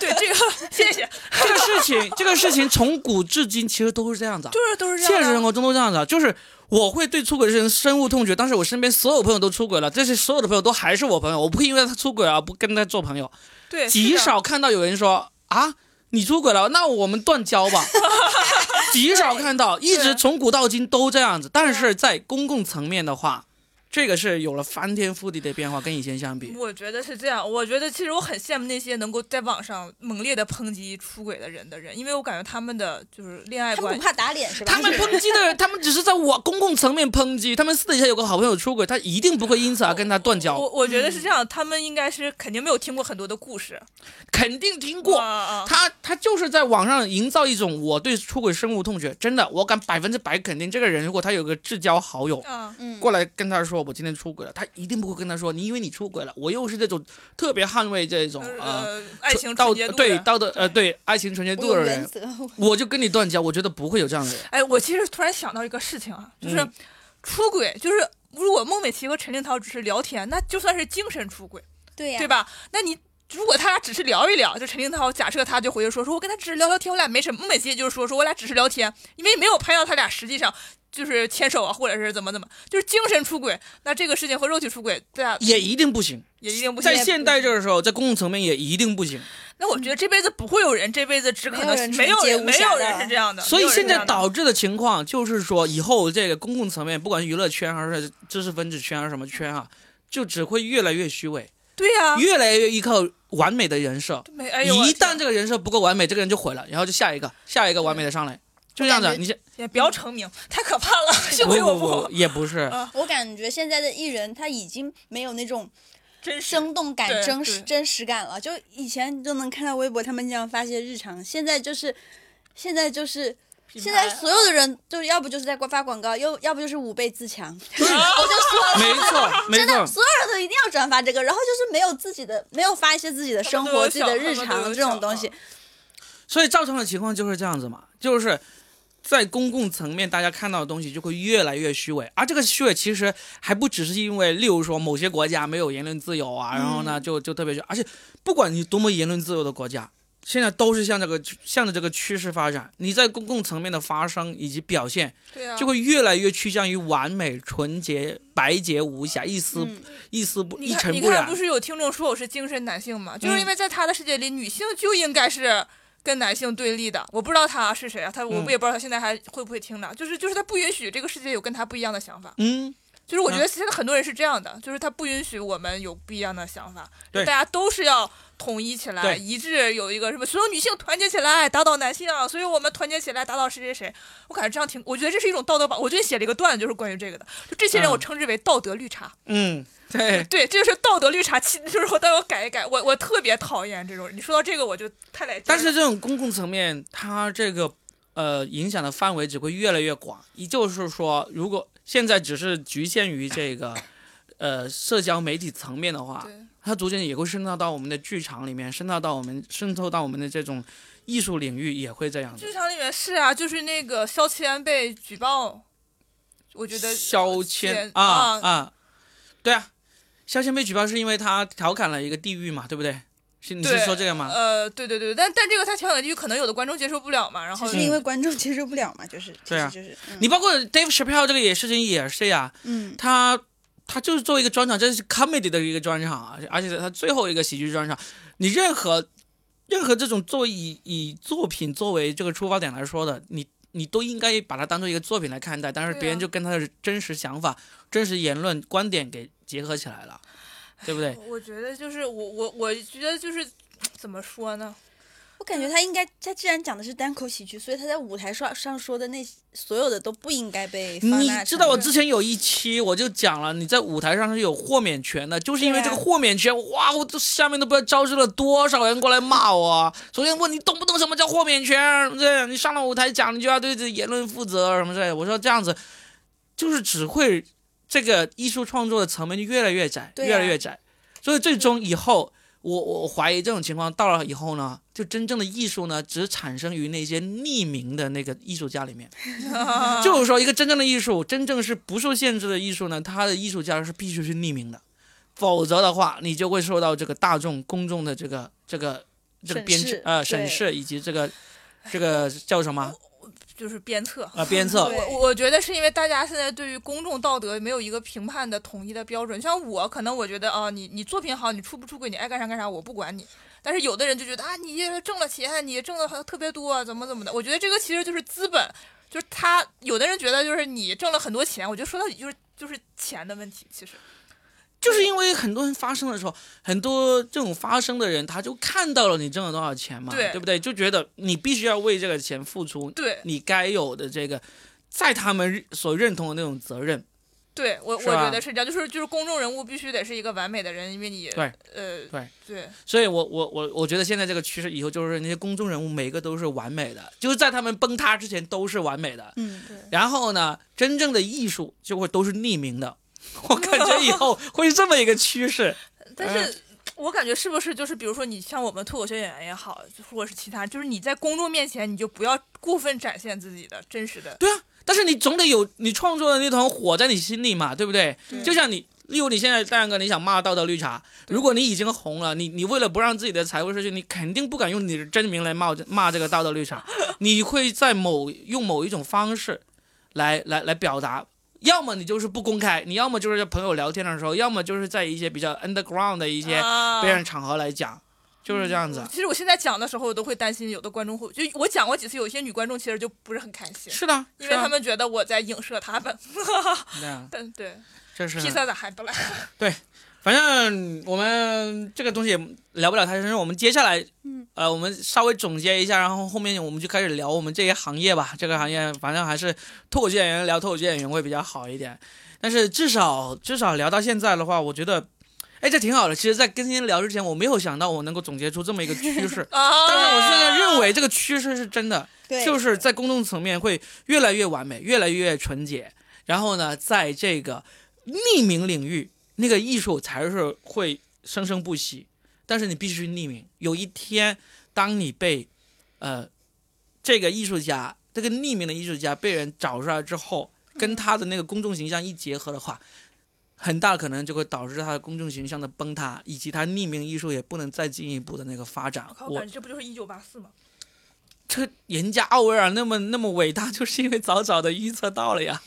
对这个，谢谢， [LAUGHS] 这个事情，这个事情从古至今其实都是这样子啊。 [LAUGHS] 就是都是这样的。现实生活中都这样子啊，就是我会对出轨的人深恶痛绝。当时我身边所有朋友都出轨了，这些所有的朋友都还是我朋友，我不会因为他出轨而不跟他做朋友。对，哎是极的少看到有人说啊，你出轨了，那我们断交 [LAUGHS] 吧。极少看到，一直从古到今都这样子。但是在公共层面的话，这个是有了翻天覆地的变化，跟以前相比。我觉得是这样，我觉得其实我很羡慕那些能够在网上猛烈的抨击出轨的人的人，因为我感觉他们的就是恋爱他观们不怕打脸是吧？他们抨击的，他们只是在我公共层面抨击，他们私底下有个好朋友出轨，他一定不会因此而跟他断我交，嗯我觉得是这样，他们应该是肯定没有听过很多的故事。肯定听过。啊啊他他就是在网上营造一种我对出轨深恶痛绝，真的，我敢百分之百肯定，这个人如果他有个至交好友，啊！嗯，过来跟他说我今天出轨了，他一定不会跟他说你因为你出轨了，我又是这种特别捍卫这种呃呃，爱情道纯洁度的对道德呃对爱情纯洁度嗯的我有原人，则，我就跟你断交，我觉得不会有这样的人。哎，我其实突然想到一个事情啊，就是嗯出轨，就是如果孟美岐和陈令涛只是聊天，那就算是精神出轨，对呀、对吧？那你。如果他俩只是聊一聊，就陈令涛假设他就回去说说，我跟他只是聊聊天，我俩没什么。孟美岐也就是说说我俩只是聊天，因为没有拍到他俩实际上就是牵手啊，或者是怎么怎么，就是精神出轨。那这个事情和肉体出轨，对啊，也一定不行，也一定不行。在现代这个时候，在公共层面也一定不行，那我觉得这辈子不会有人，这辈子只可能没没有有人纯洁人，无没瑕有的人是这样的。所以现在导导致的情况就是说，以后这个公共层面，不管是娱乐圈还是知识分子圈还是什么圈啊，就只会越来越虚伪，对呀、越来越依靠完美的人设。没啊哎呦，我一旦天这个人设不够完美，这个人就毁了，然后就下一个，下一个完美的上来，就这样子感。觉你这也不要成名，太可怕了，幸不亏我不不也不是啊，我感觉现在的艺人他已经没有那种真是生动感对、真实对真实感了。就以前都能看到微博他们这样发些日常，现在就是现在就是。品现牌在所有的人就要不就是在发广告，又要不就是五倍自 [LAUGHS] 强，我就说了，没错没 [LAUGHS] 真的，错。所有人都一定要转发这个，然后就是没有自己的，没有发一些自己的生他们都活、有自己的小日他们都常有这种东小西。所以造成的情况就是这样子嘛，就是在公共层面大家看到的东西就会越来越虚伪，而啊这个虚伪其实还不只是因为，例如说某些国家没有言论自由嗯啊，然后呢就就特别虚，而且不管你多么言论自由的国家。现在都是向这个向着这个趋势发展，你在公共层面的发声以及表现，对啊，就会越来越趋向于完美、纯洁、白洁无瑕，一丝、嗯一丝不你一看尘你不看，染不。是有听众说我是精神男性吗？就是嗯因为在他的世界里，女性就应该是。跟男性对立的，我不知道他是谁啊，他我嗯也不知道他现在还会不会听呢。就是就是他不允许这个世界有跟他不一样的想法，嗯，就是我觉得现在很多人是这样的，就是他不允许我们有不一样的想法，就对大家都是要统一起来，对一致有一个什么，所有女性团结起来打倒男性啊，所以我们团结起来打倒谁谁谁。我感觉这样挺，我觉得这是一种道德绑。我最近写了一个段子，就是关于这个的，就这些嗯人我称之为道德绿茶。嗯，对，对，这就是道德绿茶，其就是我待会儿改一改。我我特别讨厌这种人，你说到这个我就太来劲了。但是这种公共层面，它这个呃影响的范围只会越来越广。也就是说，如果现在只是局限于这个 [COUGHS] 呃社交媒体层面的话，对它逐渐也会渗透到我们的剧场里面，渗透到我们渗透到我们的这种艺术领域，也会这样子剧。场里面是啊，就是那个肖谦被举报，我觉得呃肖谦钱啊啊啊，对啊，肖谦被举报是因为他调侃了一个地域嘛，对不对？是你是对说这个吗？呃，对对对，但但这个他调侃地区可能有的观众接受不了嘛，然后只是因为观众接受不了嘛，就是，其对啊实就是，嗯你包括 Dave Chappelle 这个也事情也是呀、嗯，他他就是作为一个专场，这是 comedy 的一个专场，啊而且而且是他最后一个喜剧专场，你任何任何这种作为以以作品作为这个出发点来说的，你你都应该把它当做一个作品来看待，但是对啊别人就跟他的真实想法、真实言论、观点给结合起来了，对不对？我觉得就是我我我觉得就是怎么说呢？我感觉他应该，他既然讲的是单口喜剧，所以他在舞台上上说的那些所有的都不应该被放你大成。知道我之前有一期我就讲了，你在舞台上是有豁免权的，就是因为这个对啊豁免权，哇，我这下面都不知道招致了多少人过来骂我。首先问你懂不懂什么叫豁免权？对，你上了舞台讲，你就要对自己言论负责什么之类的。我说这样子，就是只会这个艺术创作的层面就越来越窄，对啊嗯越来越窄。所以最终以后，我我我怀疑这种情况到了以后呢，就真正的艺术呢，只产生于那些匿名的那个艺术家里面。啊就是说，一个真正的艺术，真正是不受限制的艺术呢，它的艺术家是必须是匿名的，否则的话，你就会受到这个大众公众的这个这个这个审编视制呃对审视以及这个这个叫什么就是鞭策。呃鞭策。 [LAUGHS] 对我我觉得是因为大家现在对于公众道德没有一个评判的统一的标准，像我可能我觉得啊、你你作品好，你出不出轨，你爱干啥干啥，我不管你。但是有的人就觉得啊，你挣了钱，你挣的很特别多，怎么怎么的。我觉得这个其实就是资本，就是他有的人觉得就是你挣了很多钱，我觉得说到底就是就是钱的问题，其实就是因为很多人发声的时候，很多这种发声的人，他就看到了你挣了多少钱嘛，对不对？就觉得你必须要为这个钱付出，对你该有的这个，在他们所认同的那种责任。对我我是吧觉得是这样，就是就是公众人物必须得是一个完美的人，因为你对呃对对所以我，我我我觉得现在这个趋势，以后就是那些公众人物每个都是完美的，就是在他们崩塌之前都是完美的。嗯，然后呢，真正的艺术就会都是匿名的。 [LAUGHS] 我感觉以后会是这么一个趋势。但嗯是。我感觉是不是就是，比如说你像我们脱口秀演员也好，或者是其他，就是你在公众面前，你就不要过分展现自己的真实的。对啊，但是你总得有你创作的那团火在你心里嘛，对不对？对就像你，例如你现在大杨哥，你想骂道道绿茶，如果你已经红了，你你为了不让自己的财务失去，你肯定不敢用你的真名来骂这骂这个道道绿 [LAUGHS] 茶，你会在某用某一种方式来来来表达。要么你就是不公开，你要么就是在朋友聊天的时候，要么就是在一些比较 underground 的一些啊嗯别人场合来讲，就是这样子。其实我现在讲的时候，我都会担心有的观众会，就我讲过几次，有一些女观众其实就不是很开心，是的，因为是的啊他们觉得我在影射他们。对啊，但对，这是披萨咋还不来？，反正我们这个东西也聊不了太深，我们接下来，呃，我们稍微总结一下，然后后面我们就开始聊我们这些行业吧。这个行业反正还是脱口秀演员聊脱口秀演员会比较好一点，但是至少至少聊到现在的话，我觉得，哎，这挺好的。其实，在跟今天聊之前，我没有想到我能够总结出这么一个趋势啊！但是我现在认为这个趋势是真的。对，就是在公众层面会越来越完美，越来越纯洁。然后呢，在这个匿名领域，那个艺术才是会生生不息。但是你必须匿名，有一天，当你被，呃，这个艺术家，这个匿名的艺术家被人找出来之后，跟他的那个公众形象一结合的话，很大可能就会导致他的公众形象的崩塌，以及他匿名艺术也不能再进一步的那个发展我。靠，我我感觉这不就是一九八四吗？这人家奥威尔那么那么伟大，就是因为早早的预测到了呀，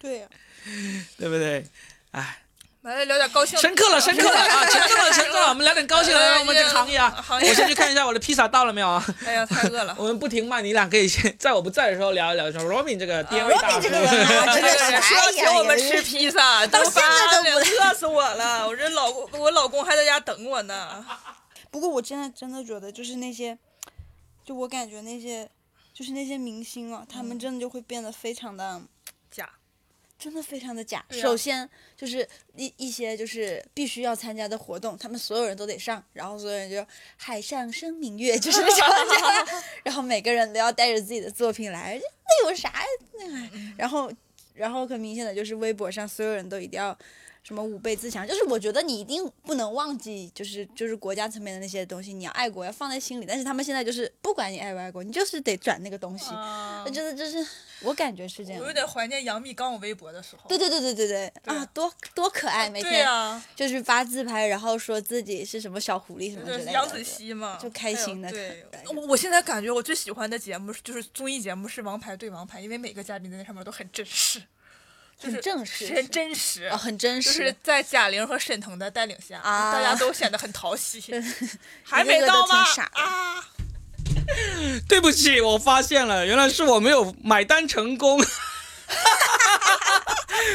对啊呀、 [LAUGHS] 对不对？哎，来来聊点高兴的。深刻了，深刻了啊，深刻了，深刻了。我们聊点高兴的，来我们这个行业啊。行我业，先去看一下我的披萨到了没有啊？哎呀，太饿了。我们不停骂你俩，可以先在我不在的时候聊一聊，说 Robin 这个 D 啊 N 大 Robin 叔 [LAUGHS] 这个人啊，这真个的是人说哎请呀，我们有吃人披萨， [LAUGHS] 到现在都不饿死我了。我这老公，我老公还在家等我呢。啊 [LAUGHS] 不过我现在真的觉得，就是那些，就我感觉那些，就是那些明星啊，他嗯们真的就会变得非常的，假，真的非常的假。对啊首先就是一一些就是必须要参加的活动，他们所有人都得上，然后所有人就海上生明月，就是这样这样， [LAUGHS] 然后每个人都要带着自己的作品来，那有啥呀？那嗯个，然后然后很明显的就是微博上所有人都一定要。什么五倍自强，就是我觉得你一定不能忘记，就是就是国家层面的那些东西，你要爱国要放在心里。但是他们现在就是不管你爱不爱国，你就是得转那个东西。嗯我觉得就是我感觉是这样我的。有点怀念杨幂刚我微博的时候。对对对对对对对啊，多多可爱！每对啊天呀，就是发自拍，然后说自己是什么小狐狸什么之对类的。杨子熙嘛，就开心的哎呦感对，觉我我现在感觉我最喜欢的节目是就是综艺节目是《王牌对王牌》，因为每个嘉宾在那上面都很真实，就 [LAUGHS] 很是正式很真实啊，，很真就实。是在贾玲和沈腾的带领下，啊大家都显得很 [LAUGHS] 讨喜，还一个没个到都挺吗？傻的啊，对不起，我发现了，原来是我没有买单成 [LAUGHS] 功，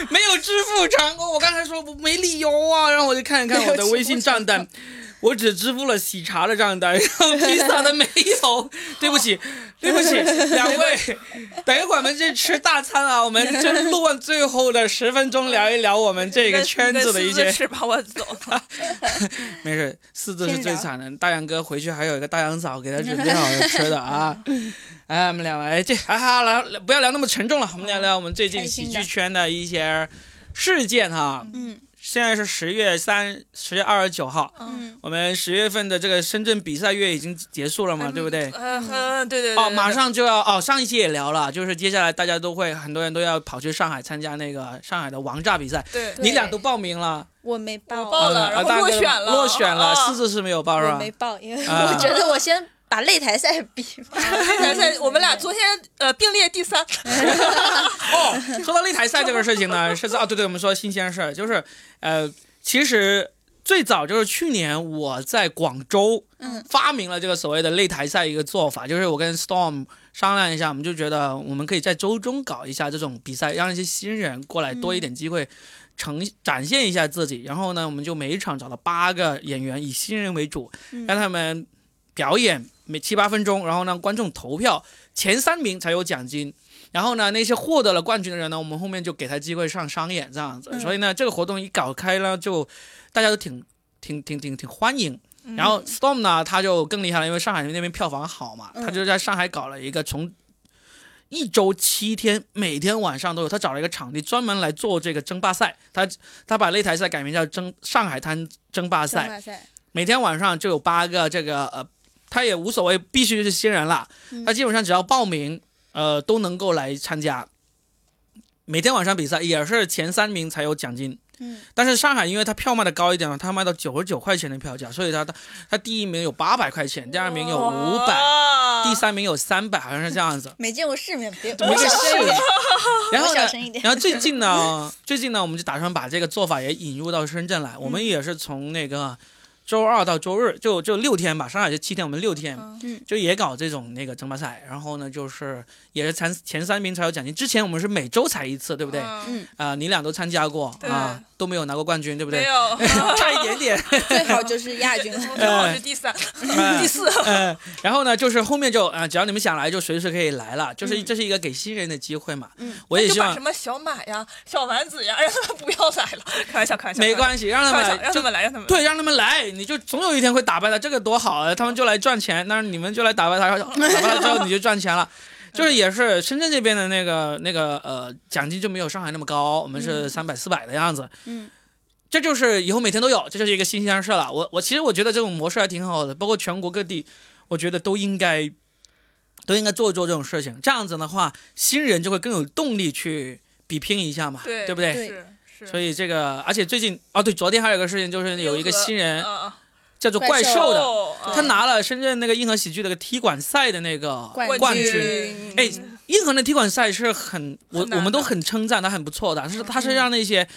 没有支付成功。我刚才说我没理由啊，让我去看一看我的微信账单，我只支付了喜茶的账单，然后披萨的没 [LAUGHS] 有。对不起，对不起，两位，等一会儿我们去吃大餐啊，我们就录完最后的十分钟聊一聊我们这这个圈子的一些。翅膀我走 [LAUGHS] 了，没事，四字是先最聊惨的。大杨哥回去还有一个大杨嫂给他准备好的吃的 [LAUGHS] 啊。哎，我们两位，这啊好了，不要聊那么沉重了，我们聊聊我们最近开喜心剧的圈的一些事件哈。嗯现在是十月三，十月二十九号，嗯，嗯，我们十月份的这个深圳比赛月已经结束了啊嘛，对不对？呃，呃对对对，哦，对马，上就要哦，上一期也聊了，就是接下来大家都会很多人都要跑去上海参加那个上海的王炸比赛，对，对你俩都报名了，我没报，我报了啊然后大落哥选了落选了，啊四字是没有报是我吧？没报，因为啊我觉得我先把擂台赛比吧。咱在 [LAUGHS] [LAUGHS] 我们俩昨天呃并列第三，哦，说到擂台赛这个事情呢，是在啊，对对，我们说新鲜事儿，就是呃，其实最早就是去年我在广州，嗯，发明了这个所谓的擂台赛一个做法，就是我跟 Storm 商量一下，我们就觉得我们可以在周中搞一下这种比赛，让一些新人过来多一点机会。呈展现一下自己，然后呢，我们就每一场找了八个演员，以新人为主，嗯让他们表演每七八分钟，然后让观众投票，前三名才有奖金。然后呢，那些获得了冠军的人呢，我们后面就给他机会上商演这样子。嗯所以呢，这个活动一搞开了，就大家都挺挺挺挺挺欢迎。然后 Storm 呢，他就更厉害了，因为上海那边票房好嘛，嗯他就在上海搞了一个从一周七天，每天晚上都有。他找了一个场地专门来做这个争霸赛，他他把擂台赛改名叫争上海滩争霸赛。哇塞，每天晚上就有八个这个呃，他也无所谓，必须是新人啦嗯。他基本上只要报名，呃，都能够来参加。每天晚上比赛也是前三名才有奖金，嗯但是上海因为它票卖的高一点嘛，它卖到九十九块钱的票价，所以它它它第一名有八百块钱，第二名有五百，哇第三名有三百，好像是这样子。没见过世面， [LAUGHS] 别没哦 [LAUGHS] 我小声一点，然后我小呢声一，点然后最近 [LAUGHS] 呢，最近呢，我们就打算把这个做法也引入到深圳来。我嗯们也是从那个周二到周日，就就六天吧，上海就七天，我们六天，嗯就也搞这种那个争霸赛。然后呢，就是也是前前三名才有奖金。之前我们是每周才一次，对不对？啊、嗯嗯，你俩都参加过啊、对都没有拿过冠军，对不没对？嗯有， [LAUGHS] [LAUGHS] 差一点点。最好就是亚军了。最后是第三、 [LAUGHS] 第四。呃，然后呢，就是后面就啊、呃只要你们想来，就随时可以来了。就是、这是一个给新人的机会嘛。嗯我也嗯就希把望什么小马呀、小丸子呀，让他们不要来了。开玩笑，开玩笑，没关系，让他开们玩笑，来让就他们来，让他们来。对，让他们来，你就总有一天会打败他，这个多好啊！他们就来赚钱，那你们就来打败他，然后打败他之后你就赚钱了。 [LAUGHS] 就是也是深圳这边的那个那个呃奖金就没有上海那么高，我们嗯是三百四百的样子。嗯，这就是以后每天都有，这就是一个新鲜事了。我我其实我觉得这种模式还挺好的，包括全国各地，我觉得都应该都应该做一做这种事情。这样子的话，新人就会更有动力去比拼一下嘛，对不对？对是是。所以这个，而且最近哦，对，昨天还有一个事情，就是有一个新人嗯叫做怪怪兽的，哦嗯他拿了深圳那个硬核喜剧那个踢馆赛的那个冠冠军军。哎嗯，硬核的踢馆赛是很，我很难的我们都很称赞他很不错的，是他是让那些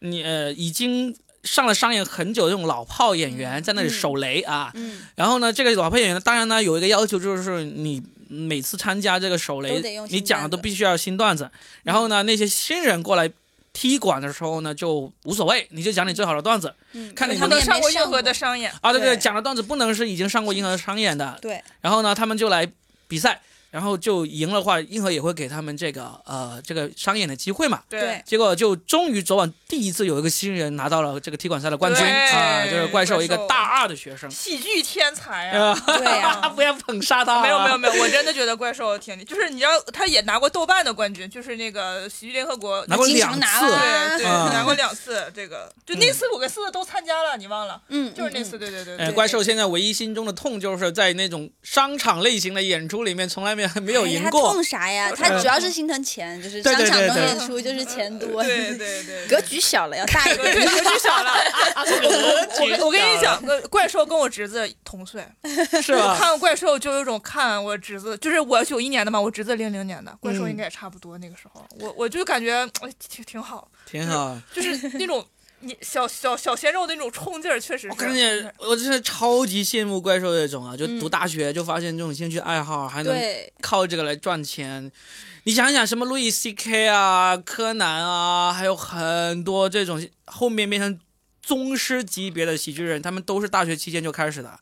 你呃已经上了商演很久的这种老炮演员在那里守雷啊。嗯，然后呢，这个老炮演员当然呢有一个要求，就是你每次参加这个守都雷得用，新你讲的都段子必须要新段子。然后呢，那些新人过来踢馆的时候呢，就无所谓，你就讲你最好的段子。嗯看你他们们也上没过任何的商演，啊，对对，对讲的段子不能是已经上过银河商演的，对，然后呢，他们就来比赛，然后就赢了的话，银河也会给他们这个呃这个商演的机会嘛。对结果就终于昨晚第一次有一个新人拿到了这个踢馆赛的冠军对啊，就是怪兽怪兽一个大二的学生，喜剧天才啊！呃，对呀 [LAUGHS] 不要捧杀他、啊没有没有，没有，我真的觉得怪兽挺厉，就是你知道，他也拿过豆瓣的冠军，就是那个喜剧联合国，拿过经两常拿次了，对对，啊拿过两次，这个就那次我跟四都参加了，你忘了？嗯，就是那次，对对对呃，对，怪兽现在唯一心中的痛就是在那种商场类型的演出里面从来没有没没有赢哎他过嗯痛，啥 [LAUGHS] 呀？他主要是心疼钱，就是对商对场对能对演出就是钱多，对对 [LAUGHS] 对，格局小了要大 [LAUGHS] 一点。格局小了。哎我跟我跟你讲，呃怪兽跟我侄子同岁，是我吧？看怪兽就有一种看我侄子，就是我九一年的嘛，我侄子零零年的，怪兽应该也差不多那个时候，我我就感觉哎挺挺好，挺好。就是那种你小小小鲜肉的那种冲劲儿，确实是。我跟你，我真是超级羡慕怪兽这种啊！就读大学就发现这种兴趣爱好还能对，靠这个来赚钱。你想想，什么路易 C K 啊、柯南啊，还有很多这种后面变成宗师级别的喜剧人，他们都是大学期间就开始的，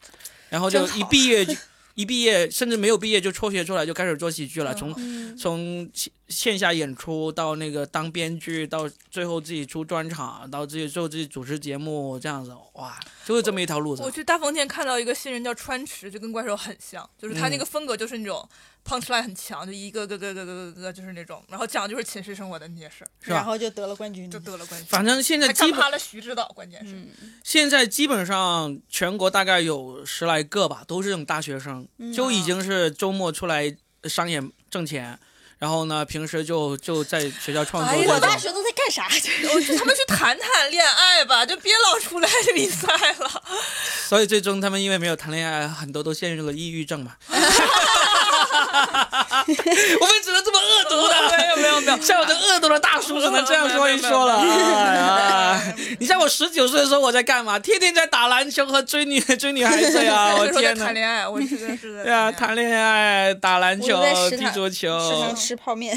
然后就真好一毕业 [LAUGHS] 就一毕业，甚至没有毕业就辍学出来就开始做喜剧了，嗯从。嗯从线线下演出到那个当编剧，到最后自己出专场，到自己最后自己主持节目，这样子，哇，就是这么一条路子我。去大风店看到一个新人叫川池，就跟怪兽很像，就是他嗯那个风格就是那种 punch line 很强，就一个个个个个个个就是那种，然后讲的就是寝室生活的那些事儿，是吧然后就得了冠军就。得了冠嗯军，反正现在还基干本趴了徐指导，关键是。嗯，现在基本上全国大概有十来个吧，都是这种大学生，嗯就已经是周末出来商演挣钱，然后呢，平时就就在学校创作哎呀这种。我大学都在干啥？ [LAUGHS] 哦嗯我去他们去谈谈恋爱吧，就别老出来比赛了。 [LAUGHS] 所以 [LAUGHS] 最终他们因为没有谈恋爱，很多都陷入了抑郁症嘛。了，我们只能这么恶毒的。没有没有没有，像我这恶毒的大叔只能这样说一说 [LAUGHS] 了。哎呀，你像我十九岁的时候我在干嘛？天天在打篮球和追女 [LAUGHS] 追女孩子哎 [LAUGHS] 呀！我所以说在天谈哪！恋爱，我是在是 [LAUGHS] 的。对啊，谈恋爱、打篮球我在、食踢堂足球，食堂吃泡面，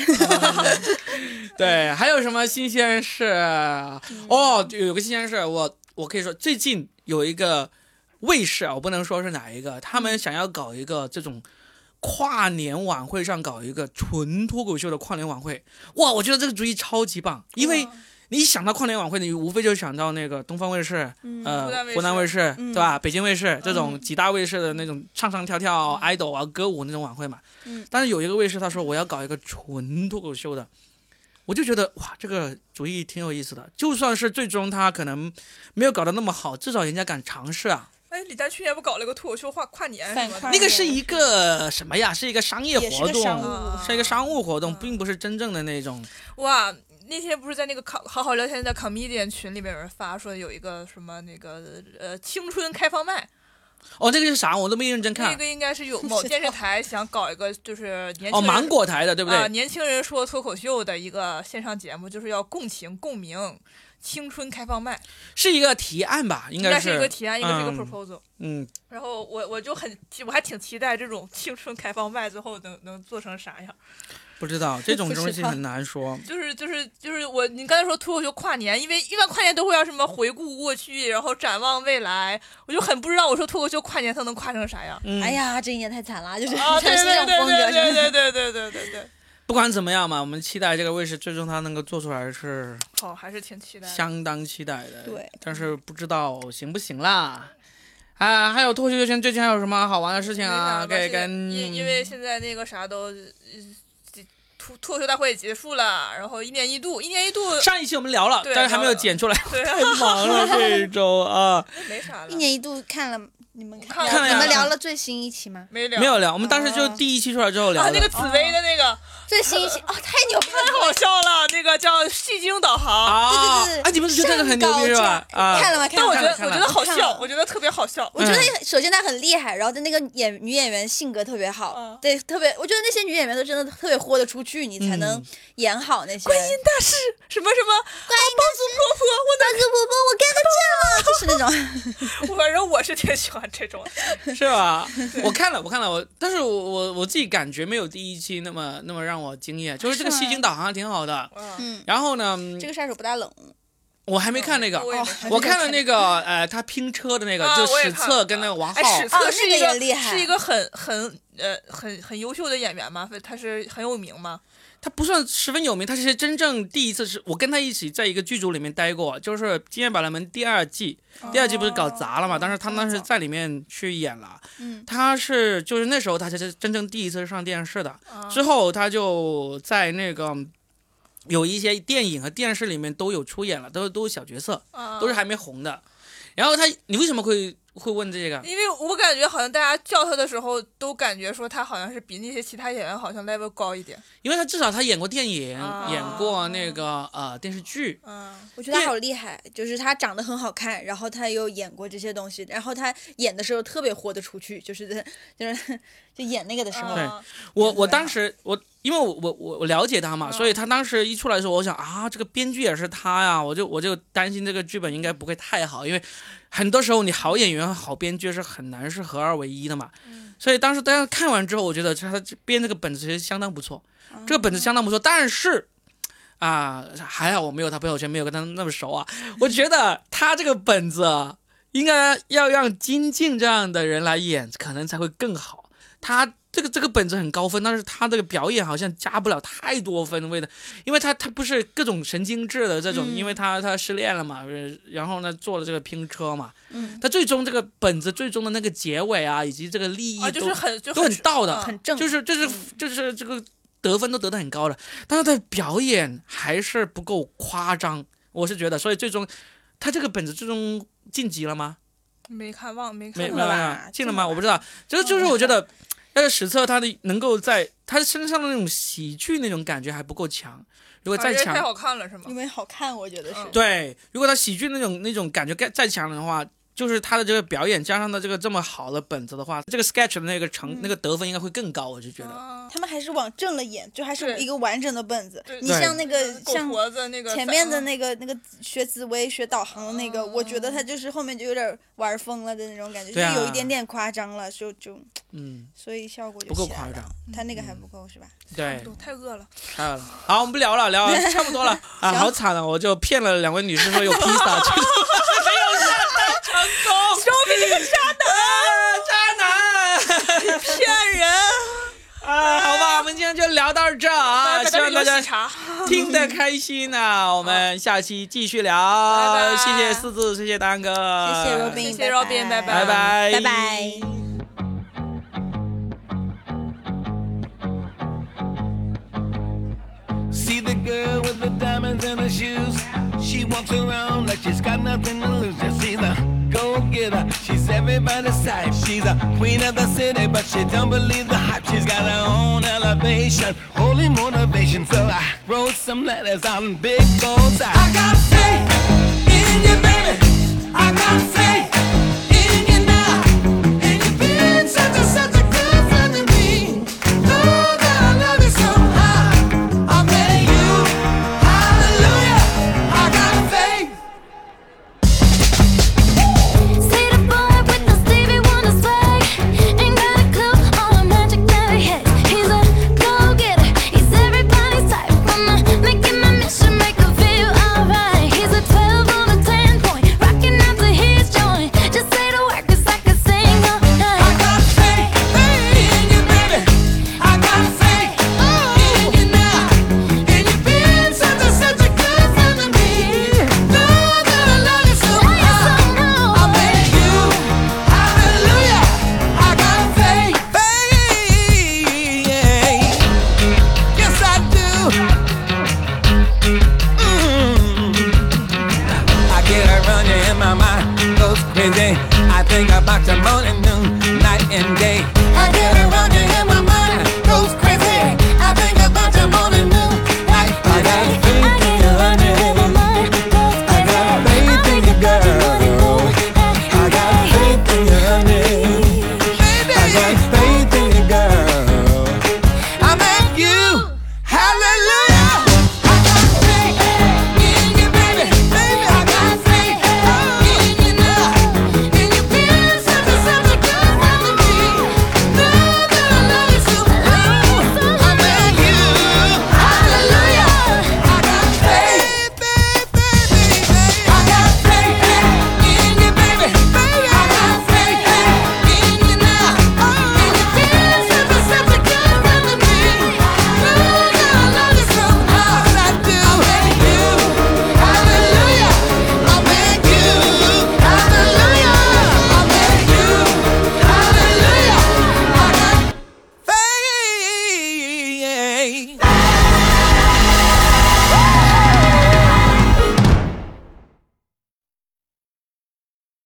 对，还有什么新鲜事？嗯哦，有个新鲜事，我我可以说，最近有一个卫视啊，我不能说是哪一嗯个，他们想要搞一个这种跨年晚会上搞一个纯脱口秀的跨年晚会。哇，我觉得这个主意超级棒，因为你一想到跨年晚会，你无非就想到那个东方卫视、嗯湖南呃卫视湖南卫视，嗯对吧？北京卫视这种嗯几大卫视的那种唱唱跳跳、idol 啊、歌舞那种晚会嘛。嗯但是有一个卫视他说我要搞一个纯脱口秀的，我就觉得哇，这个主意挺有意思的。就算是最终他可能没有搞得那么好，至少人家敢尝试啊。哎，李诞去年不搞了个脱口秀跨跨年反什么跨的，那个是一个什么呀？是一个商业也是活个商动，务啊。是一个商务活动，并不是真正的那种。哇，那天不是在那个好好好聊天的 comedian 群里面有人发说有一个什么那个呃青春开放麦，哦，那个是啥？我都没认真那看。个应该是 [LAUGHS] 有某电视台想搞一个就是年哦，轻人芒果台的，对不啊、对？年轻人说脱口秀的一个线上节目，就是要共情共鸣。青春开放麦是一个提案吧？应应该该是是一个提案，应该是一个嗯 proposal。嗯，然后我我就很我还挺期待这种青春开放麦最后能能做成啥样。不知道 [LAUGHS] 这种不知东西道很难说。就是就是就是我，你刚才说脱口秀跨年，因为一般跨年都会要什么回顾过去，然后展望未来，我就很不知道我说脱口秀跨年它能跨成 [LAUGHS] 啥样。嗯，哎呀，这一年太惨了，就是啊，对 [LAUGHS] 全是这对种风对格，是吧对对对对对对对对，不管怎么样嘛，我们期待这个卫视最终它能够做出来是好，还是挺期待的。相当期待的。对，但是不知道行不行啦。啊，还有脱口秀圈最近还有什么好玩的事情啊？ [LAUGHS] 没啥吧该现在跟因因为现在那个啥都，呃脱脱口秀大会也结束了，然后一年一度，一年一度，上一期我们聊了，对但是还没有聊了剪出来，对啊，太忙了这一周 [LAUGHS] 啊，没啥了一，年一度看了，你们看看了了看你了们聊了最新一期吗？没聊，没有聊。我们当时就第一期出来之后聊啊，的。那个紫薇的那个最新一期哦，太牛逼太了！好笑了，那个叫戏精导航。啊对对对啊，对你们觉得这个很牛逼是吧？上高啊，价看了吗？看但了我吗觉。得看我了觉得好看笑，了我觉得特别好笑。 [LAUGHS] 我觉嗯得首先她很厉害，然后她那个演女演员性格特别好，嗯对，特别，我觉得那些女演员都真的特别豁得出去，你才能嗯演好那些。观音大师什么什么大哥伯伯，我干得正了，就是那种。帮助，我反正我是挺喜欢这种 [LAUGHS] 的。是吧？我看了，我看了，我但是我我我自己感觉没有第一期那么那么让我惊艳，就是这个是吗戏精导航还挺好的。嗯，嗯，然后呢，这个杀手不大冷，我还没看那个，嗯哦我也没看我看了那个呃，他拼车的那个，啊就我也史看了策跟那个王浩哎，，史策哦是那一个个、也厉害是一个很很呃很很优秀的演员嘛，他是很有名嘛。他不算十分有名，他是真正第一次是我跟他一起在一个剧组里面待过，就是《经验百乐门》第二季，第二季不是搞砸了嘛，当时哦他当时在里面去演了，嗯，他是就是那时候他才是真正第一次上电视的，啊之后他就在那个有一些电影和电视里面都有出演了，都都是小角色，啊都是还没红的。然后他，你为什么会会问这个？因为我感觉好像大家叫他的时候，都感觉说他好像是比那些其他演员好像 level 高一点。因为他至少他演过电影，啊演过那个呃电视剧。嗯，我觉得她对好厉害，就是她长得很好看，然后她又演过这些东西，然后她演的时候特别豁得出去，就是在就是 [LAUGHS] 就演那个的时候，对啊我演得我特别当好时我因为我我我我了解他嘛，嗯所以他当时一出来的时候，我想啊，这个编剧也是他呀，我就我就担心这个剧本应该不会太好，因为很多时候你好演员和好编剧是很难是合二为一的嘛。所以当时大家看完之后，我觉得他编这个本子其实相当不错，这个本子相当不错，但是。啊，还好我没有他朋友圈，没有跟他那么熟啊。我觉得他这个本子应该要让金靖这样的人来演，可能才会更好。他这个这个本子很高分，但是他这个表演好像加不了太多分为的，因为他他不是各种神经质的这种，嗯因为他他失恋了嘛，呃然后呢做了这个拼车嘛，嗯，他最终这个本子最终的那个结尾啊，以及这个利益都、啊，就是很就都很道的啊很正，就是就是嗯就是这个得分都得的很高了，但是他的表演还是不够夸张，我是觉得，所以最终他这个本子最终晋级了吗？没看忘没没没看进有了没吧有进进了了吗？吧哦我不知道，就是就是我觉得。要是史册他的能够在他身上的那种喜剧那种感觉还不够强，如果啊再哦人太强，好看了是吗因？为好看，我觉得是嗯。对，如果他喜剧那种那种感觉再再强的话，就是他的这个表演加上他这个这么好的本子的话，这个 sketch 的那个嗯成、那个得分应该会更高，我就觉得。他们还是往正了演，就还是对一个完整的本子对。你对像那个狗像婆子那个前面的嗯哦那个那个学紫薇学导航的那个，我觉得他就是后面就有点玩疯了的那种感觉，就对啊有一点点夸张了，就就嗯，所以效果就不够起来夸了张，嗯他那个还不够是吧？对，哦太饿了，太好了。好，我们不聊了，聊 [LAUGHS] 了差不多了嗯啊，行好惨啊！我就骗了两位女士说有披 [LAUGHS] 萨，其实没有上当成功，周斌这个渣渣 [LAUGHS] 男。骗人，啊，好吧，我们今天就聊到这儿啊，希望大家查。 [LAUGHS] 听得开心呐、我们下期继续聊，拜拜谢谢四字，谢谢丹哥，谢呃谢 Robin，谢谢 Robin，拜拜拜，拜拜。 See the girl with the diamonds in her shoes. She walks around like she's got nothing to lose. Just she's a go getter. She's everybody's type. She's a queen of the city, but she don't believe the hype. She's got her own elevation, holy motivation. So I wrote some letters on big gold. I got faith in you, baby. I got faith.